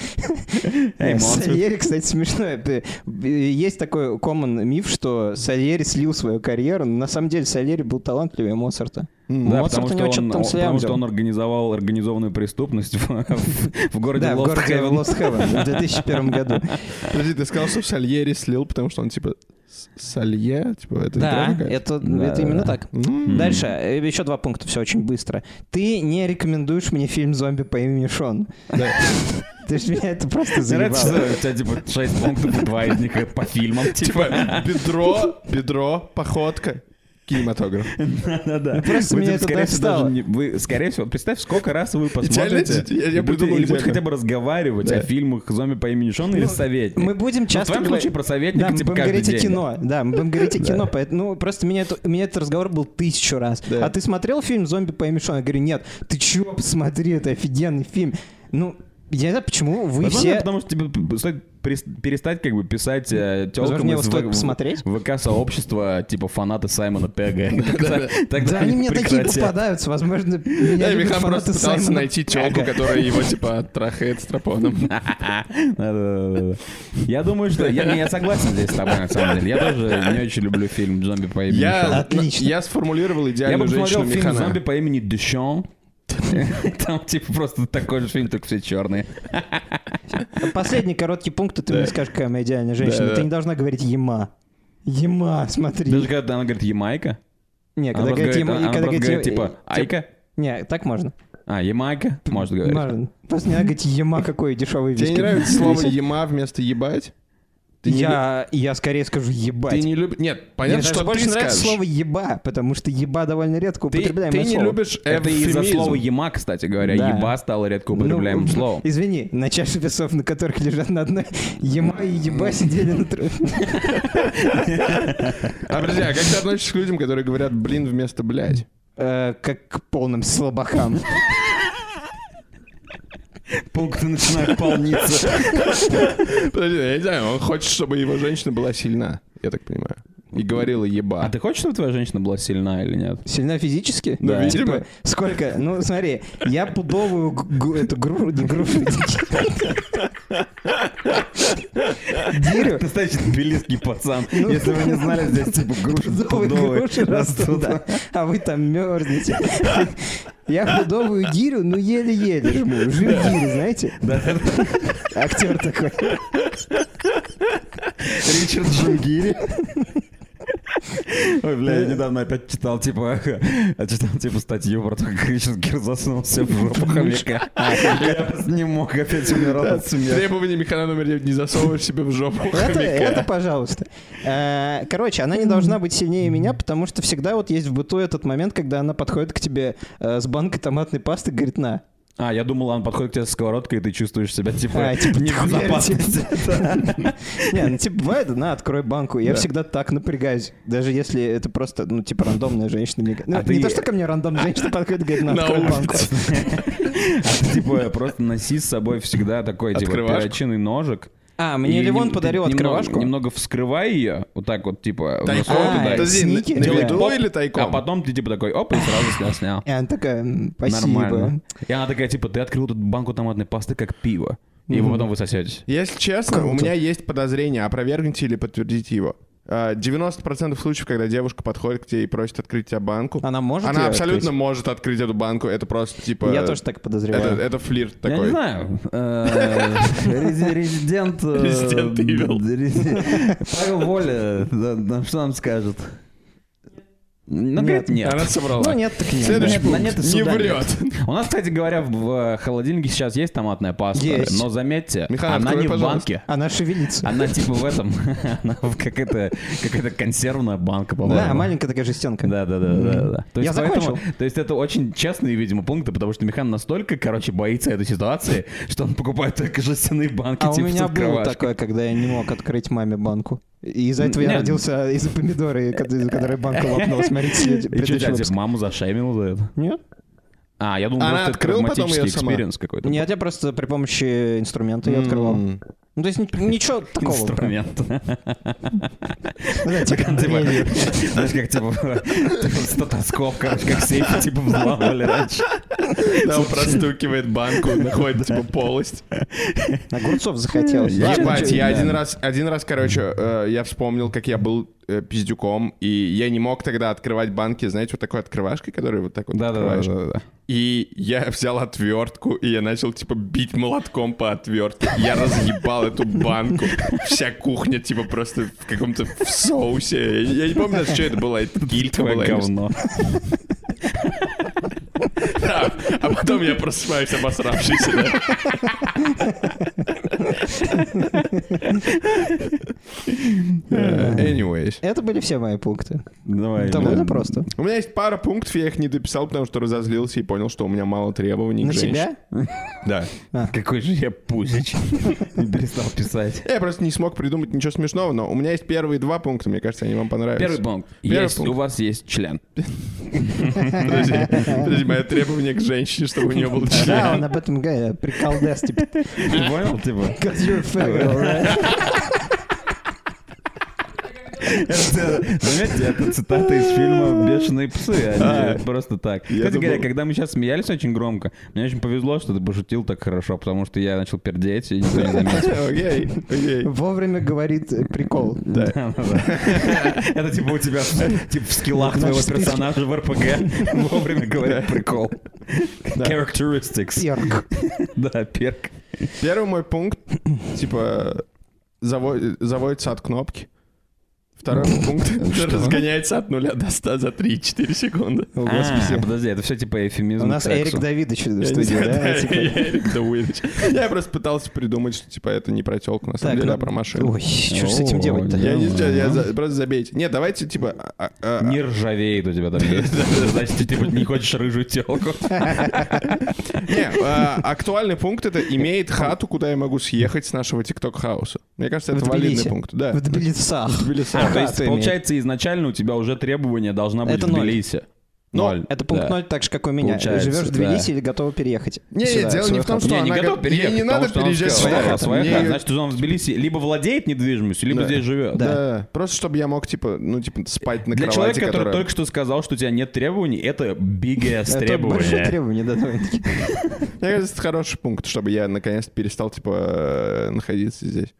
Speaker 2: Эй, Моцарт.
Speaker 1: Сальери, кстати, смешно. Это, э, Есть такой common миф, что Сальери слил свою карьеру. но На самом деле Сальери был талантливее Моцарта.
Speaker 2: Да,
Speaker 1: Моцарт
Speaker 2: потому
Speaker 1: у
Speaker 2: что,
Speaker 1: него
Speaker 2: он,
Speaker 1: что-то там
Speaker 2: он- потому что
Speaker 1: слямзил.
Speaker 2: он организовал организованную преступность в, в- в городе
Speaker 1: Да, в
Speaker 2: Лост
Speaker 1: городе
Speaker 2: Хэвен.
Speaker 1: Lost Heaven в 2001 году.
Speaker 3: Подожди, ты сказал, что в Сальери слил, потому что он типа с- Салье, типа это
Speaker 1: Да,
Speaker 3: дрянка?
Speaker 1: это
Speaker 2: Да,
Speaker 1: это именно
Speaker 2: да.
Speaker 1: так.
Speaker 3: М.
Speaker 1: Дальше, э, еще два пункта, все очень быстро. Ты не рекомендуешь мне фильм «Зомби по имени Шон».
Speaker 3: Да.
Speaker 1: Ты ж меня это просто
Speaker 2: Мне нравится,
Speaker 1: заебало.
Speaker 2: что у тебя, типа, 6 пунктов два из них по фильмам, типа.
Speaker 3: Типа бедро, бедро, походка, кинематограф.
Speaker 2: Да-да.
Speaker 1: просто
Speaker 2: Вы,
Speaker 1: меня
Speaker 2: типа,
Speaker 1: это
Speaker 2: скорее всего,
Speaker 1: достало.
Speaker 2: даже не- Вы, скорее всего, представь, сколько раз вы
Speaker 3: Идеально,
Speaker 2: посмотрите.
Speaker 3: я- я
Speaker 2: и будете-
Speaker 3: придумал
Speaker 2: Или будете
Speaker 3: идеально.
Speaker 2: хотя бы разговаривать
Speaker 3: Да.
Speaker 2: о фильмах «Зомби по имени Шон» или «Советник».
Speaker 1: Ну, Мы будем
Speaker 2: Ну, В
Speaker 1: часто
Speaker 2: твоем
Speaker 1: говорить-
Speaker 2: случае про
Speaker 1: Да,
Speaker 2: «Советника»
Speaker 1: мы
Speaker 2: типа
Speaker 1: будем
Speaker 2: каждый
Speaker 1: говорить о
Speaker 2: день.
Speaker 1: кино. Да, мы будем говорить о кино. Поэтому, ну, просто меня это- у меня этот разговор был тысячу раз.
Speaker 3: Да.
Speaker 1: А ты смотрел фильм «Зомби по имени Шон»? Я говорю, нет. Ты чё, посмотри, это офигенный фильм. Ну, я не знаю, почему вы
Speaker 2: Возможно,
Speaker 1: все...
Speaker 2: потому что тебе п- стоит перес- перестать как бы писать э,
Speaker 1: Возможно,
Speaker 2: тёлкам
Speaker 1: мне его
Speaker 2: из
Speaker 1: стоит
Speaker 2: В-
Speaker 1: посмотреть.
Speaker 2: ВК-сообщества, типа фанаты Саймона Пега.
Speaker 1: Да,
Speaker 2: Тогда
Speaker 1: они мне такие
Speaker 2: прекратят.
Speaker 1: попадаются. Возможно, меня
Speaker 3: Да,
Speaker 1: любят
Speaker 3: Михан
Speaker 1: фанаты
Speaker 3: просто пытался
Speaker 1: Саймона
Speaker 3: найти телку,
Speaker 1: Пегга.
Speaker 3: которая его, типа, трахает стропоном.
Speaker 2: Да-да-да-да. Я думаю, что... Я не, я согласен здесь с тобой, на самом деле. Я тоже не очень люблю фильм «Зомби по имени Шон».
Speaker 3: Я,
Speaker 1: Отлично.
Speaker 3: я сформулировал
Speaker 2: Я бы
Speaker 3: идеальную женщину
Speaker 2: посмотрел фильм
Speaker 3: Михана.
Speaker 2: «Зомби по имени Дюшон». Там, типа, просто такой же фильм, только все черные.
Speaker 1: Последний короткий пункт, и ты мне скажешь, какая моя идеальная женщина.
Speaker 3: Да-да.
Speaker 1: Ты не должна говорить «Ема». Ема, смотри.
Speaker 2: Даже когда она говорит «Ямайка»,
Speaker 1: Не,
Speaker 2: она
Speaker 1: когда
Speaker 2: просто
Speaker 1: говорит
Speaker 2: говорит,
Speaker 1: «Ема», и
Speaker 2: она
Speaker 1: когда
Speaker 2: просто говорит,
Speaker 1: говорит «Ема»,
Speaker 2: типа,
Speaker 1: и-
Speaker 2: «Айка».
Speaker 1: Не, так можно.
Speaker 2: А, Ямайка, может говорить.
Speaker 1: Можно. Просто не надо говорить «Ема», какой дешевый
Speaker 3: Тебе
Speaker 1: виски.
Speaker 3: не нравится слово «ема» вместо «ебать»? Ты не
Speaker 1: Я, я скорее скажу
Speaker 3: Ты
Speaker 1: ебать.
Speaker 3: не любишь... Нет,
Speaker 1: Мне
Speaker 3: понятно,
Speaker 1: даже
Speaker 3: что ты
Speaker 1: больше нравится
Speaker 3: скажешь.
Speaker 1: слово еба, потому что еба довольно редко
Speaker 3: Ты,
Speaker 1: употребляемое
Speaker 3: ты не
Speaker 1: слово.
Speaker 3: любишь
Speaker 2: Это из-за
Speaker 3: эвфемизм.
Speaker 2: слова «ема», кстати говоря.
Speaker 1: Да.
Speaker 2: «Еба» стало редко
Speaker 1: Ну,
Speaker 2: употребляемым словом.
Speaker 1: Извини, на чаше весов, на которых лежат на одной ема и еба сидели на троне.
Speaker 3: А, подожди, а как ты относишься к людям, которые говорят «блин» вместо «блядь»?
Speaker 1: Э, Как к полным слабакам.
Speaker 2: Пункты начинают полниться.
Speaker 3: Подожди, я не знаю, он хочет, чтобы его женщина была сильна, я так понимаю. И говорила «еба».
Speaker 2: А ты хочешь, чтобы твоя женщина была сильна или нет?
Speaker 1: Сильно физически?
Speaker 3: Ну,
Speaker 1: Да.
Speaker 3: видимо.
Speaker 1: Типа, сколько? Ну, смотри, я пудовую г- г- эту грушу, не грушу, дерю.
Speaker 2: Настоящий тбилисский пацан.
Speaker 1: Ну.
Speaker 2: Если вы не знали, здесь типа груши
Speaker 1: Пудовые
Speaker 2: пудовые
Speaker 1: груши растут, да. А вы там мерзнете. Я пудовую гирю, ну еле-еле жму. Жив гирю, знаете? Актер такой.
Speaker 2: Ричард Джунгири. Ой, бля, я недавно опять читал, типа, а, читал, типа, статью про то, как Ричард Гир засунулся в жопу хомяка. Я просто не мог опять умирал от смеха.
Speaker 3: Требование Михана номер девять, не засовываешь себе в жопу
Speaker 1: Это,
Speaker 3: хомяка.
Speaker 1: это пожалуйста. Э, Короче, она не должна быть сильнее меня, потому что всегда вот есть в быту этот момент, когда она подходит к тебе э, с банкой томатной пасты и говорит, на.
Speaker 2: А, я думал, он подходит к тебе с сковородкой, и ты чувствуешь себя, типа,
Speaker 1: А, типа,
Speaker 2: не в
Speaker 1: хуя,
Speaker 2: безопасности.
Speaker 1: Не, ну типа бывает, на, открой банку. Я всегда так напрягаюсь. Даже если это просто, ну, типа, рандомная женщина. мне говорит.
Speaker 2: А
Speaker 1: Ну,
Speaker 2: ты-
Speaker 1: не то, что ко мне рандомная женщина подходит и говорит, на,
Speaker 3: На
Speaker 1: открой банку.
Speaker 3: улице.
Speaker 2: Типа, просто носи с собой всегда такой, типа,
Speaker 3: Открывашку?
Speaker 2: перочинный ножик.
Speaker 1: А, мне
Speaker 2: И
Speaker 1: Ливон
Speaker 2: нем-
Speaker 1: подарил
Speaker 2: ты немного-
Speaker 1: открывашку.
Speaker 2: Немного вскрывай ее, вот так вот, типа, в
Speaker 3: Тайком?
Speaker 2: носок
Speaker 1: А,
Speaker 2: туда.
Speaker 1: это
Speaker 3: Подожди,
Speaker 1: сники?
Speaker 3: на- на
Speaker 1: Делай
Speaker 3: виду
Speaker 2: поп,
Speaker 3: или
Speaker 2: А
Speaker 3: тайком?
Speaker 2: потом ты типа такой, оп, и сразу снял, снял.
Speaker 1: И она такая, «М, спасибо.
Speaker 2: Нормально. И она такая, типа, ты открыл тут банку томатной пасты, как пиво. И вы потом вы сосетесь.
Speaker 3: Если честно, у
Speaker 1: Круто.
Speaker 3: меня есть подозрение, опровергните или подтвердите его. А, 90% случаев, когда девушка подходит к тебе и просит открыть тебе банку,
Speaker 1: Она может
Speaker 3: она
Speaker 1: её
Speaker 3: абсолютно
Speaker 1: открыть?
Speaker 3: может открыть эту банку. Это просто типа...
Speaker 1: Я тоже так подозреваю.
Speaker 3: это, это флирт такой.
Speaker 2: Я не знаю. Э, рези- Резидент... э,
Speaker 3: Резидент Evil.
Speaker 2: д- рези- Павел Воля, да, да, что нам скажет? Ну, говорит, нет.
Speaker 3: Она собрала.
Speaker 1: Ну нет, так нет.
Speaker 3: Следующий
Speaker 2: Нет,
Speaker 3: пункт.
Speaker 2: на нет и
Speaker 3: не
Speaker 2: суда
Speaker 3: врет.
Speaker 2: У нас, кстати говоря, в э, холодильнике сейчас есть томатная паста.
Speaker 1: Есть.
Speaker 2: Но заметьте,
Speaker 3: Михаил,
Speaker 2: она
Speaker 3: открой,
Speaker 2: не в
Speaker 3: пожалуйста.
Speaker 2: банке.
Speaker 1: Она шевелится.
Speaker 2: Она типа в этом, она в какая-то какая-то консервная банка, по-моему.
Speaker 1: Да, маленькая такая жестянка.
Speaker 2: Да, да, да, да, да. То
Speaker 1: Я
Speaker 2: есть поэтому-
Speaker 1: закончил.
Speaker 2: То есть это очень честные, видимо, пункты, потому что Михан настолько, короче, боится этой ситуации, что он покупает только жестяные банки,
Speaker 1: А у
Speaker 2: типа с
Speaker 1: меня было
Speaker 2: открывашкой.
Speaker 1: такое, когда я не мог открыть маме банку. И из-за этого я
Speaker 2: Нет.
Speaker 1: родился из-за помидоры, ко- из-за которой банка лопнула. Смотрите,
Speaker 2: И чё,
Speaker 1: предыдущий
Speaker 2: тебя, типа,
Speaker 1: выпуск.
Speaker 2: маму зашемил за это?
Speaker 1: Нет?
Speaker 2: А, я думал,
Speaker 3: Она
Speaker 2: просто это
Speaker 3: открыла потом
Speaker 2: травматический
Speaker 3: её сама?
Speaker 2: экспириенс какой-то.
Speaker 1: Нет, я просто при помощи инструмента я открывал.
Speaker 3: М.
Speaker 1: Ну, то есть ни- ничего такого. прям.
Speaker 2: Инструмент.
Speaker 1: Ну да, типа,
Speaker 2: Типа,
Speaker 1: тренер.
Speaker 2: Знаешь, как типа типа статоскоп, короче, как сейф, типа взламывали раньше.
Speaker 3: Да, он простукивает банку, находит, типа, полость.
Speaker 1: Огурцов захотелось.
Speaker 2: Я-
Speaker 1: Чё-
Speaker 3: Ебать,
Speaker 1: чё-
Speaker 3: я
Speaker 2: Да.
Speaker 3: один раз, один раз, короче, э, я вспомнил, как я был э, пиздюком, и я не мог тогда открывать банки, знаете, вот такой открывашкой, которую вот так вот открываешь.
Speaker 2: Да-да-да.
Speaker 3: И я взял отвертку, и я начал, типа, бить молотком по отвертке. Я разъебал эту банку. Вся кухня, типа, просто в каком-то в соусе. Я не помню, даже, что это было. Это килька
Speaker 2: Твое
Speaker 3: была. или
Speaker 2: говно.
Speaker 3: Да, а потом я просыпаюсь обосравшийся. да. Э, Anyways.
Speaker 1: Это были все мои пункты.
Speaker 2: Давай.
Speaker 1: Довольно
Speaker 2: да.
Speaker 1: просто.
Speaker 3: У меня есть пара пунктов, я их не дописал, потому что разозлился и понял, что у меня мало требований
Speaker 1: На
Speaker 3: к женщине.
Speaker 1: себя?
Speaker 3: Да.
Speaker 2: Какой же я пузич. Не перестал писать.
Speaker 3: Я просто не смог придумать ничего смешного, но у меня есть первые два пункта, мне кажется, они вам понравятся.
Speaker 2: Первый пункт.
Speaker 3: Первый
Speaker 2: Есть-
Speaker 3: пункт.
Speaker 2: У вас есть член.
Speaker 3: Подожди, подожди, мое требование к женщине, чтобы у нее был
Speaker 1: Да, он
Speaker 3: член.
Speaker 1: об этом говорит. Приколдес, типа,
Speaker 2: Ты понял, типа?
Speaker 1: 'cause you're a faggot, right?
Speaker 2: Заметьте, Ну, это цитата из фильма «Бешеные псы», а
Speaker 3: А.
Speaker 2: не просто так.
Speaker 3: Я
Speaker 2: Кстати говоря,
Speaker 3: думал-
Speaker 2: когда мы сейчас смеялись очень громко, мне очень повезло, что ты пошутил так хорошо, потому что я начал пердеть, и никто не заметил.
Speaker 3: Окей, окей.
Speaker 1: Вовремя говорит э, прикол.
Speaker 2: Это типа у тебя типа в скиллах твоего
Speaker 1: Значит, ты-
Speaker 2: персонажа в РПГ вовремя говорят прикол. Characteristics.
Speaker 1: Перк.
Speaker 2: Да, перк.
Speaker 3: Первый мой пункт, типа, заво- заводится от кнопки. Второй мой пункт разгоняется от нуля до 100 за 3-4 секунды.
Speaker 1: О,
Speaker 2: А,
Speaker 1: господи.
Speaker 2: подожди, это все типа эфемизм.
Speaker 1: У нас
Speaker 2: к сексу.
Speaker 1: Эрик Давидович в
Speaker 3: Я не
Speaker 1: студии,
Speaker 3: знаю,
Speaker 1: да?
Speaker 3: да,
Speaker 1: Типа,
Speaker 3: я Эрик Давыдович. Я просто пытался придумать, что типа это не про телку, на самом
Speaker 1: так,
Speaker 3: деле,
Speaker 1: ну,
Speaker 3: а про машину.
Speaker 1: Ой, что с этим
Speaker 2: О,
Speaker 1: делать-то?
Speaker 2: да.
Speaker 3: Я не знаю, я за- просто забейте. Не, давайте типа... а- а- а-
Speaker 2: Не ржавеет у тебя там есть. Значит, ты типа не хочешь рыжую телку.
Speaker 3: Не, а, актуальный пункт это имеет хату, куда я могу съехать с нашего ТикТок-хауса. Мне кажется, это
Speaker 1: В Тбилиси.
Speaker 3: валидный пункт. Да.
Speaker 1: В Тбилисах.
Speaker 2: А, то есть,
Speaker 1: Хату имеет.
Speaker 2: получается, изначально у тебя уже требование должна быть
Speaker 1: Это
Speaker 2: в
Speaker 1: ноль.
Speaker 2: Тбилиси.
Speaker 1: Ну,
Speaker 2: Ноль,
Speaker 1: это пункт
Speaker 2: да.
Speaker 1: ноль, так же, как у меня.
Speaker 2: Получается,
Speaker 1: Живешь в
Speaker 2: да.
Speaker 1: Тбилиси или готова переехать?
Speaker 3: Не,
Speaker 1: сюда,
Speaker 3: дело
Speaker 1: в
Speaker 3: не
Speaker 1: свою
Speaker 3: в том,
Speaker 1: хату?
Speaker 3: что
Speaker 2: Я не
Speaker 3: она
Speaker 2: готов
Speaker 3: го- ей
Speaker 2: переехать,
Speaker 3: не
Speaker 2: потому
Speaker 3: надо
Speaker 2: что он
Speaker 3: переезжать
Speaker 2: сказал,
Speaker 3: сюда.
Speaker 2: «Своя хата, своя
Speaker 3: Мне
Speaker 2: хата».
Speaker 3: ее-
Speaker 2: Значит, он в Тбилиси либо владеет недвижимостью, либо
Speaker 3: Да.
Speaker 2: здесь живет.
Speaker 3: Да, просто чтобы я мог, типа, ну, типа, спать на
Speaker 2: Для
Speaker 3: кровати,
Speaker 2: человека, который
Speaker 3: которая-
Speaker 2: только что сказал, что у тебя нет требований, это biggest
Speaker 1: Это большое
Speaker 2: требование.
Speaker 1: требование, да, довольно-таки.
Speaker 3: Мне кажется, это хороший пункт, чтобы я, наконец-то, перестал, типа, э, находиться здесь.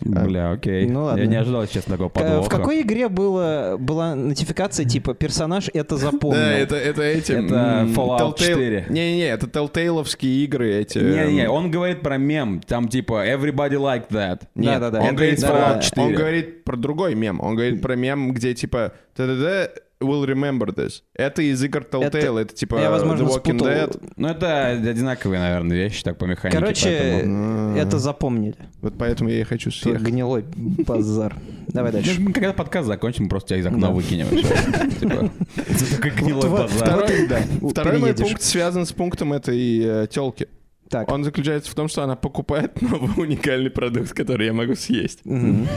Speaker 2: Бля, окей.
Speaker 1: Ну ладно.
Speaker 2: Я не ожидал, честно, такого
Speaker 1: Э,
Speaker 2: подвоха.
Speaker 1: В какой игре было, была нотификация, типа, персонаж это запомнил?
Speaker 3: Да, это, это эти...
Speaker 2: Это
Speaker 3: м,
Speaker 2: Fallout 4.
Speaker 3: Не-не-не, это Telltale'овские игры эти.
Speaker 2: Не-не,
Speaker 3: эм,
Speaker 2: он говорит про мем, там типа everybody like that.
Speaker 3: Нет,
Speaker 1: Да-да-да.
Speaker 3: Он,
Speaker 1: Это
Speaker 3: говорит
Speaker 1: из
Speaker 3: про,
Speaker 1: Fallout
Speaker 3: он
Speaker 2: 4.
Speaker 3: говорит про другой мем. Он говорит про мем, где типа «Та-да-да, will remember this. Это из игр Telltale. Это,
Speaker 1: Это-
Speaker 3: типа
Speaker 1: Я, возможно,
Speaker 3: The Walking
Speaker 1: спутал.
Speaker 3: Dead.
Speaker 2: Ну это одинаковые, наверное, вещи так по механике.
Speaker 1: Короче,
Speaker 2: поэтому.
Speaker 1: это запомнили.
Speaker 3: Вот поэтому я и хочу
Speaker 1: Твой
Speaker 3: съехать.
Speaker 1: гнилой базар. Давай дальше.
Speaker 2: Ну, Мы когда подкаст закончим, мы просто тебя из окна
Speaker 1: Да.
Speaker 2: выкинем. и всё. Типа, Это такой гнилой
Speaker 1: вот-
Speaker 2: базар.
Speaker 3: Второй, да.
Speaker 1: у-
Speaker 3: Второй мой
Speaker 1: переедешь.
Speaker 3: пункт связан с пунктом этой э, телки.
Speaker 1: Так.
Speaker 3: Он заключается в том, что она покупает новый уникальный продукт, который я могу съесть.
Speaker 1: Мгм.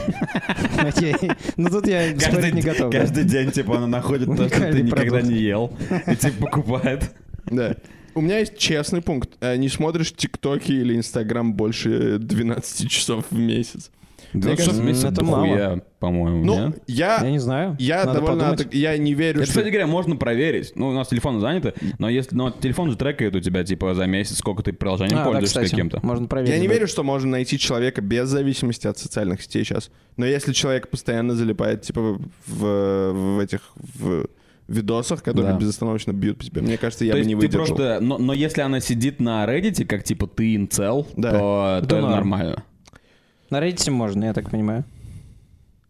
Speaker 1: Окей. Ну тут я спорить не готов. да.
Speaker 2: каждый день, типа, она находит то, что ты
Speaker 1: Уникальный
Speaker 2: никогда
Speaker 1: продукт.
Speaker 2: не ел, и типа покупает.
Speaker 3: Да. У меня есть честный пункт. Э, Не смотришь ТикТоки или Инстаграм больше 12 часов в месяц.
Speaker 2: Да, ну,
Speaker 1: кажется,
Speaker 2: в месяц
Speaker 1: это
Speaker 2: дохуя, по-моему,
Speaker 3: Ну,
Speaker 2: нет?
Speaker 3: я...
Speaker 1: Я не знаю.
Speaker 3: Я
Speaker 1: Надо
Speaker 3: довольно...
Speaker 1: подумать.
Speaker 3: атак- Я не верю,
Speaker 2: Это,
Speaker 3: что...
Speaker 2: кстати говоря, можно проверить. Ну, у нас телефоны заняты, но если, но телефон же трекает у тебя, типа, за месяц, сколько ты приложением
Speaker 1: А, да,
Speaker 2: пользуешься
Speaker 1: кстати,
Speaker 2: каким-то.
Speaker 1: Можно проверить.
Speaker 3: Я не
Speaker 1: да.
Speaker 3: верю, что можно найти человека без зависимости от социальных сетей сейчас. Но если человек постоянно залипает, типа, в, в этих в видосах, которые
Speaker 2: Да.
Speaker 3: безостановочно бьют по тебе, мне кажется, я
Speaker 2: то
Speaker 3: бы
Speaker 2: есть
Speaker 3: не
Speaker 2: ты
Speaker 3: выдержал.
Speaker 2: просто, но, но если она сидит на Reddit, как типа ты инцел,
Speaker 3: Да.
Speaker 2: то, то
Speaker 1: Да
Speaker 2: это
Speaker 1: норм.
Speaker 2: нормально.
Speaker 1: На Reddit можно, я так понимаю.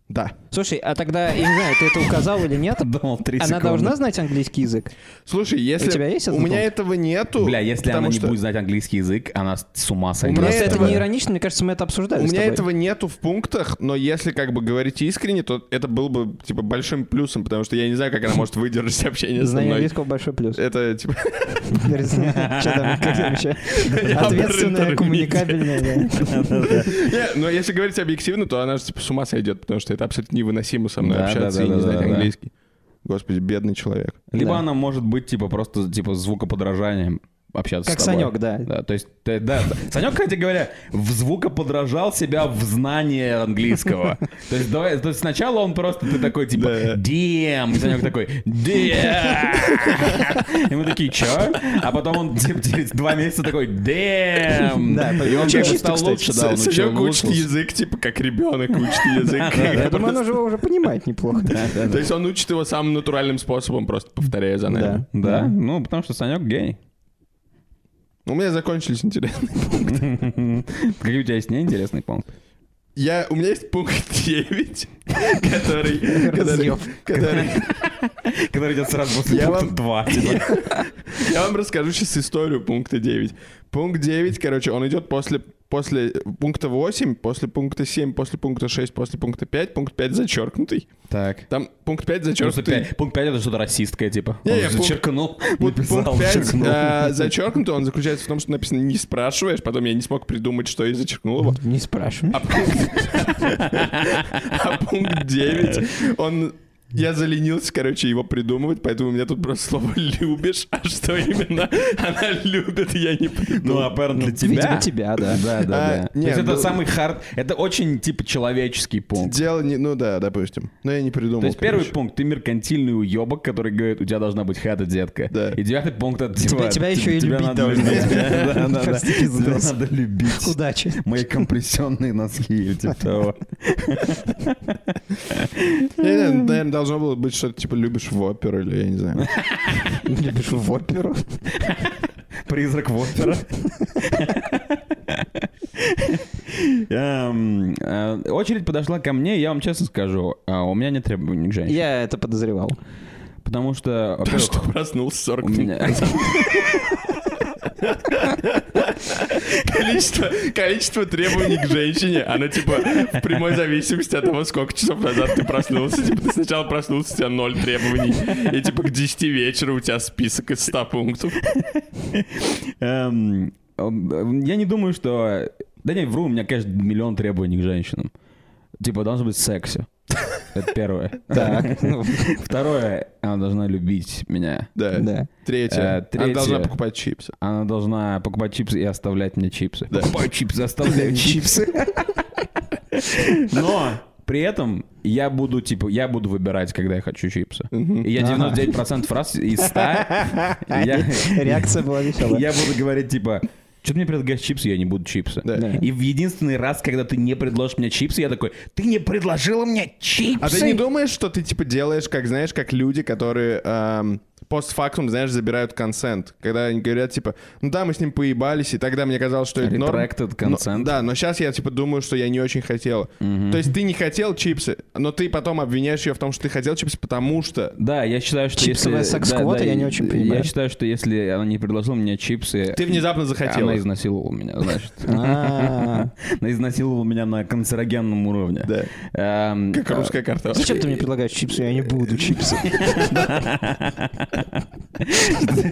Speaker 3: Да.
Speaker 1: Слушай, а тогда, я не знаю, ты это указал или нет?
Speaker 2: Думал, три
Speaker 1: Она
Speaker 2: секунды.
Speaker 1: должна знать английский язык?
Speaker 3: Слушай, если...
Speaker 1: У тебя есть этот
Speaker 3: меня
Speaker 1: пункт?
Speaker 3: этого нету.
Speaker 2: Бля, если
Speaker 3: потому
Speaker 2: она не
Speaker 3: что
Speaker 2: будет знать английский язык, она с- с ума сойдет.
Speaker 3: меня
Speaker 1: Просто это
Speaker 3: этого-
Speaker 1: не иронично, мне кажется, мы это обсуждали
Speaker 3: У
Speaker 1: с
Speaker 3: меня
Speaker 1: тобой.
Speaker 3: этого нету в пунктах, но если как бы говорить искренне, то это был бы, типа, большим плюсом, потому что я не знаю, как она может выдержать общение со
Speaker 1: Знание
Speaker 3: мной.
Speaker 1: английского большой плюс.
Speaker 3: Это, типа...
Speaker 1: Говорит, «Чё там, как там ещё?» Ответственная,
Speaker 3: интервью.
Speaker 1: коммуникабельная. да.
Speaker 3: Не, но если говорить объективно, то она же типа с ума сойдет, потому что это абсолютно невыносимо со мной
Speaker 2: Да,
Speaker 3: общаться
Speaker 2: да,
Speaker 3: и
Speaker 2: да, да,
Speaker 3: не знать
Speaker 2: да, да.
Speaker 3: английский. Господи, бедный человек.
Speaker 2: Либо
Speaker 1: Да.
Speaker 2: она может быть типа просто типа звукоподражанием. общаться
Speaker 1: Как
Speaker 2: с тобой.
Speaker 1: Санек, да.
Speaker 2: Да, то есть, ты- да, да. Санек, кстати говоря, в звукоподражал себя в знание английского. То есть, давай, то есть сначала он просто, ты такой, типа, дем, и Санек такой, «Damn». И мы такие, чё? А потом он, типа, через два месяца такой, дем.
Speaker 1: Да,
Speaker 2: И он
Speaker 1: очень
Speaker 2: как бы
Speaker 1: чисто,
Speaker 2: стал
Speaker 1: кстати.
Speaker 2: лучше, да, он учил
Speaker 3: Санёк учит
Speaker 2: мускулс.
Speaker 3: язык, типа, как ребенок учит язык.
Speaker 1: Я думаю, она же его уже понимает неплохо.
Speaker 3: То есть он учит его самым натуральным способом, просто повторяя за нами.
Speaker 1: Да.
Speaker 2: Да, ну, потому что Санек гений.
Speaker 3: У меня закончились интересные.
Speaker 2: Какие у тебя есть неинтересные пункты?
Speaker 3: Я, у меня есть пункт 9, который... который-
Speaker 1: Разъёб.
Speaker 3: который-
Speaker 2: Которые идет сразу после
Speaker 3: Я
Speaker 2: пункта 2.
Speaker 3: вам- Я вам расскажу сейчас историю пункта 9. Пункт 9, короче, он идет после, после пункта 8, после пункта 7, после пункта 6, после пункта 5, пункт 5 зачеркнутый.
Speaker 2: Так.
Speaker 3: Там пункт 5
Speaker 2: Просто
Speaker 3: зачеркнутый.
Speaker 2: пя- пункт 5 это что-то расистское, типа.
Speaker 3: Не,
Speaker 2: он
Speaker 3: не,
Speaker 2: же
Speaker 3: пункт-
Speaker 2: черкнул,
Speaker 3: Пункт
Speaker 2: написал,
Speaker 3: пункт 5
Speaker 2: черкнул.
Speaker 3: э, зачеркнутый, он заключается в том, что написано «не спрашиваешь», потом я не смог придумать, что я зачеркнул его.
Speaker 1: Не спрашивай.
Speaker 3: А пункт, а пункт 9, он... Я заленился, короче, его придумывать, поэтому у меня тут просто слово «любишь», а что именно она любит, я не
Speaker 2: Ну,
Speaker 3: придумал.
Speaker 2: apparently тебя.
Speaker 1: Видимо, тебя, да.
Speaker 2: Да, да,
Speaker 3: А,
Speaker 2: да. То
Speaker 3: не,
Speaker 2: есть это
Speaker 3: ну-
Speaker 2: самый хард, это очень, типа, человеческий пункт.
Speaker 3: Дело не... Ну да, допустим. Но я не придумал.
Speaker 2: То есть
Speaker 3: короче.
Speaker 2: первый пункт, ты меркантильный уебок, который говорит, у тебя должна быть хата, детка.
Speaker 3: Да.
Speaker 2: И девятый пункт, это
Speaker 1: Тебя-
Speaker 2: типа...
Speaker 1: тебя
Speaker 2: т-
Speaker 1: еще и любить
Speaker 2: надо
Speaker 1: должны.
Speaker 2: любить. Да, да, да.
Speaker 1: Просто
Speaker 2: Тебя
Speaker 1: пиздос.
Speaker 2: надо любить.
Speaker 1: Удачи.
Speaker 2: Мои компрессионные носки или типа того.
Speaker 3: Я не знаю, наверное, должно было быть что-то типа «любишь в оперу» или я не знаю.
Speaker 1: Любишь в оперу?
Speaker 2: Призрак Вопера. Эм, э, Очередь подошла ко мне, я вам честно скажу, а, у меня нет требований к женщине.
Speaker 1: Я это подозревал.
Speaker 2: Потому что,
Speaker 3: Ты
Speaker 2: во-первых,
Speaker 3: что, проснулся 40
Speaker 2: у меня...
Speaker 3: Количество, количество требований к женщине, оно типа в прямой зависимости от того, сколько часов назад ты проснулся. Типа ты сначала проснулся, у тебя ноль требований. И типа к 10 вечера у тебя список из 100 пунктов.
Speaker 2: Эм, эм, Я не думаю, что... Да не, вру, у меня, конечно, миллион требований к женщинам. Типа, должно быть сексе. Это первое.
Speaker 1: Так. ну,
Speaker 2: Второе, она должна любить меня.
Speaker 3: Да.
Speaker 1: Да.
Speaker 3: Третье.
Speaker 2: Э,
Speaker 3: Она
Speaker 2: третье.
Speaker 3: должна покупать чипсы.
Speaker 2: Она должна покупать чипсы и оставлять мне чипсы.
Speaker 3: Да.
Speaker 2: Покупаю чипсы, оставляю чипсы. Но при этом я буду, типа, я буду выбирать, когда я хочу чипсы. И я 99% раз из 100 я,
Speaker 1: Реакция была веселая.
Speaker 2: я буду говорить, типа, что ты мне предлагаешь чипсы, я не буду чипсы.
Speaker 3: Да.
Speaker 1: Да.
Speaker 2: И в единственный раз, когда ты не предложишь мне чипсы, я такой, ты не предложила мне чипсы.
Speaker 3: А ты не думаешь, что ты типа делаешь, как знаешь, как люди, которые эм, постфактум, знаешь, забирают консент, когда они говорят типа, ну да, мы с ним поебались, и тогда мне казалось, что это норм.
Speaker 2: Retracted
Speaker 3: Но-
Speaker 2: consent.
Speaker 3: да, но сейчас я типа думаю, что я не очень хотела. То есть ты не хотел чипсы, но ты потом обвиняешь ее в том, что ты хотел чипсы, потому что
Speaker 2: Да, я считаю, что
Speaker 1: Чипсовая
Speaker 2: если...
Speaker 1: секс-квота, я не очень
Speaker 2: Я
Speaker 1: понимаю.
Speaker 2: считаю, что если она не предложила мне чипсы...
Speaker 3: ты внезапно захотел.
Speaker 2: Э, Она изнасиловала меня, значит.
Speaker 1: А.
Speaker 2: Она изнасиловала меня на канцерогенном уровне.
Speaker 3: Да.
Speaker 2: Эм,
Speaker 3: Как
Speaker 2: э,
Speaker 3: русская карта.
Speaker 1: Зачем ты мне предлагаешь чипсы? Я не буду чипсы.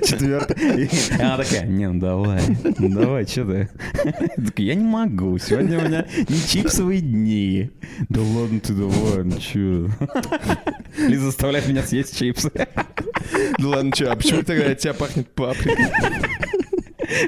Speaker 2: Четвертый. И Она такая, не, ну давай, ну давай, что ты? Я такой, я не могу, сегодня у меня не чипсовые дни. Да ладно ты, давай, ну чё. Или заставляет меня съесть чипсы.
Speaker 3: Да ладно, чё, а почему тогда от тебя пахнет паприкой?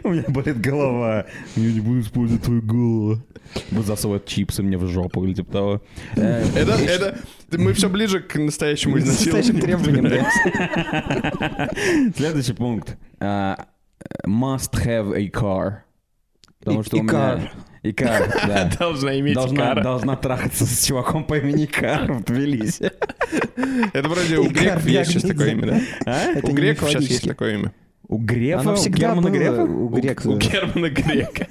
Speaker 2: У меня болит голова. Я не буду использовать твою голову. Вот засовывают чипсы мне в жопу или типа того. Э,
Speaker 3: Это, это, мы все ближе к настоящему
Speaker 1: С настоящим
Speaker 3: изнасилованию.
Speaker 1: требованием, да.
Speaker 2: Следующий пункт. А, Must have a car. Потому
Speaker 1: И-
Speaker 2: что у
Speaker 1: и car.
Speaker 2: меня... И car, да.
Speaker 3: Должна иметь
Speaker 2: Должна,
Speaker 3: кара.
Speaker 2: должна трахаться с чуваком по имени Кар в Тбилиси.
Speaker 3: Это вроде у
Speaker 1: И
Speaker 3: греков
Speaker 1: кар, я
Speaker 3: есть сейчас
Speaker 1: не
Speaker 3: такое
Speaker 1: знаю.
Speaker 3: имя. да?
Speaker 2: А?
Speaker 1: Это
Speaker 3: У
Speaker 1: не
Speaker 3: греков сейчас есть
Speaker 1: мифологически.
Speaker 3: такое имя.
Speaker 2: У Грефа?
Speaker 1: Оно
Speaker 2: у
Speaker 1: всегда
Speaker 2: Германа
Speaker 1: было
Speaker 2: Грефа?
Speaker 1: у грека.
Speaker 3: У Германа Грека.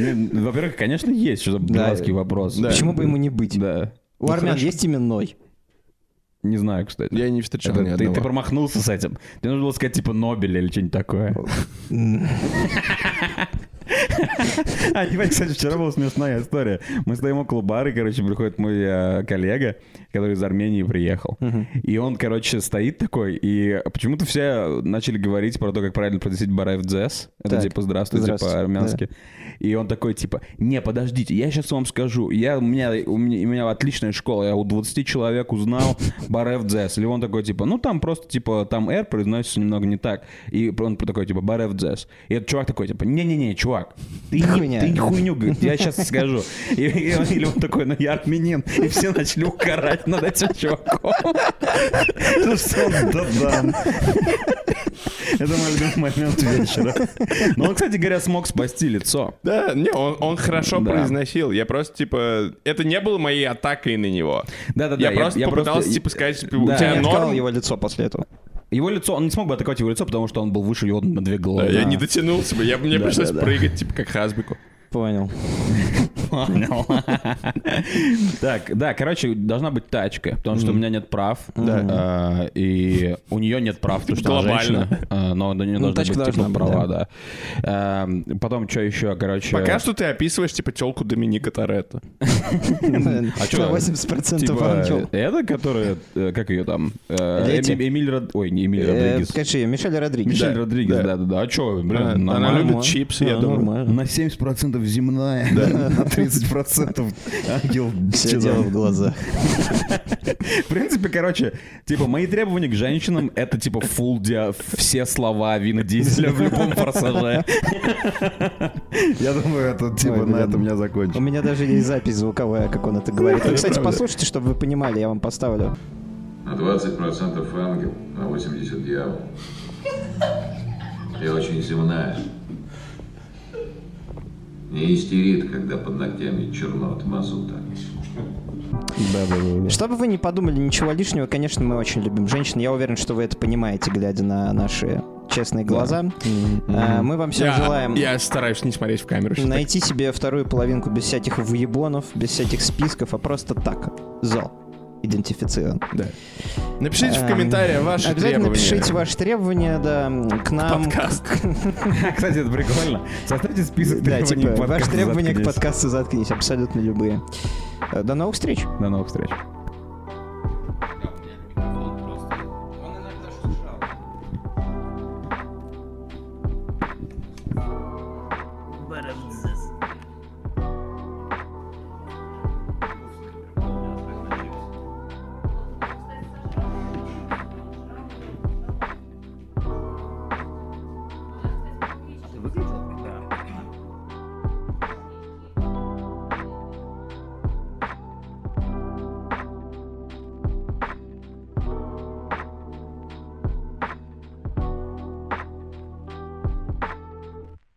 Speaker 2: Ну, Во-первых, конечно, есть, что за дурацкий вопрос.
Speaker 3: Да.
Speaker 1: Почему бы ему не быть?
Speaker 2: Да.
Speaker 1: У армян
Speaker 3: хорошо.
Speaker 1: есть именной.
Speaker 2: Не знаю, кстати.
Speaker 3: Я не встречал
Speaker 2: Это
Speaker 3: ни
Speaker 2: ты,
Speaker 3: одного.
Speaker 2: ты промахнулся с этим. Тебе нужно было сказать, типа, Нобель или что-нибудь такое. А, ебать, кстати, вчера была смешная история. Мы стоим около бара, и, короче, приходит мой э, коллега, который из Армении приехал. И он, короче, стоит такой, и почему-то все начали говорить про то, как правильно произносить бараев дзес. Это
Speaker 1: Так.
Speaker 2: типа здравствуйте,
Speaker 1: Здравствуйте, да.
Speaker 2: по-армянски. И он такой, типа, не, подождите, я сейчас вам скажу. Я, у, меня, у, меня, у меня отличная школа, я у 20 человек узнал барев дзес. Или он такой, типа, ну там просто, типа, там R произносится немного не так. И он такой, типа, барев дзес. И этот чувак такой, типа, не-не-не, чувак, ты не-
Speaker 1: Хуйня.
Speaker 2: ты не хуйню, говорит, я сейчас скажу. И, и он, или он такой, ну я армянин. И все начали укорать над этим чуваком. Ну что он додам. Это мой любимый момент вечера. Но он, кстати говоря, смог спасти лицо.
Speaker 3: Да, не, он, он хорошо
Speaker 2: Да.
Speaker 3: произносил. Я просто, типа, это не было моей атакой на него.
Speaker 2: Да-да-да.
Speaker 3: Я, просто попытался, типа, сказать, типа, у
Speaker 2: Да.
Speaker 3: тебя
Speaker 2: Я
Speaker 1: Я
Speaker 3: норм?
Speaker 1: отколол его лицо после этого.
Speaker 2: Его лицо, он не смог бы атаковать его лицо, потому что он был выше его на две
Speaker 3: Да,
Speaker 2: головы.
Speaker 3: Я не дотянулся бы, я, мне
Speaker 2: Да,
Speaker 3: пришлось
Speaker 2: да, да.
Speaker 3: прыгать, типа, как Хазбику.
Speaker 1: Понял.
Speaker 2: Понял. Так, да, короче, должна быть тачка, потому что у меня нет прав. А, И у нее нет прав, потому что она
Speaker 3: Глобально.
Speaker 2: женщина. А, Но у нее
Speaker 1: Ну,
Speaker 2: должны
Speaker 1: тачка
Speaker 2: быть типа
Speaker 1: должна быть,
Speaker 2: права, да. Эм, Потом что еще, короче...
Speaker 3: Пока что ты описываешь, типа, телку Доминика Торетто.
Speaker 1: А
Speaker 2: чё,
Speaker 1: На 80%
Speaker 2: Типа,
Speaker 1: ангел.
Speaker 2: это, которая, э, как ее там, Э,
Speaker 1: Лети.
Speaker 2: Эми- Эмиль Род... Ой, не Эмиль
Speaker 1: Э,
Speaker 2: Родригес.
Speaker 1: Скажи, Мишель Родригес.
Speaker 2: Мишель
Speaker 3: Да,
Speaker 2: Родригес,
Speaker 3: да.
Speaker 2: да-да-да. А что, блин,
Speaker 3: Она- она
Speaker 2: нормально.
Speaker 3: любит чипсы, я
Speaker 1: Да,
Speaker 3: думаю.
Speaker 1: а, нормально.
Speaker 2: 70% земная, на 30% ангел.
Speaker 1: Все дело в глазах.
Speaker 2: В принципе, короче, типа, мои требования к женщинам — это, типа, фул диа- все слова Вина Дизеля в любом форсаже.
Speaker 4: Я думаю, это
Speaker 1: Ой,
Speaker 4: типа на
Speaker 1: блин.
Speaker 2: ну,
Speaker 4: этом я
Speaker 1: У
Speaker 4: закончу.
Speaker 1: меня даже есть запись звуковая, как он это говорит. Вы, кстати, послушайте, чтобы вы понимали, я вам поставлю.
Speaker 5: На 20% ангел, на 80% дьявол. Я очень земная. Не истерит, когда под ногтями черно от мазута.
Speaker 1: Чтобы вы не подумали ничего лишнего, конечно, мы очень любим женщин. Я уверен, что вы это понимаете, глядя на наши честные глаза. А, Мы вам всем желаем
Speaker 3: Я стараюсь не смотреть в камеру. сейчас.
Speaker 1: найти себе вторую половинку без всяких выебонов, без всяких списков, а просто так. Зал. Идентифицирован.
Speaker 3: Напишите в
Speaker 1: Эм,
Speaker 3: комментариях ваши
Speaker 1: Обязательно
Speaker 3: требования.
Speaker 1: пишите ваши требования, да, к нам.
Speaker 3: Подкаст.
Speaker 2: Кстати, это прикольно. Составьте список
Speaker 1: Да,
Speaker 2: требований
Speaker 1: типа,
Speaker 2: к подкасту
Speaker 1: ваши требования к
Speaker 2: «Заткнись».
Speaker 1: подкасту заткнись, абсолютно любые. Э, До новых встреч.
Speaker 2: До новых встреч.
Speaker 6: But I'm just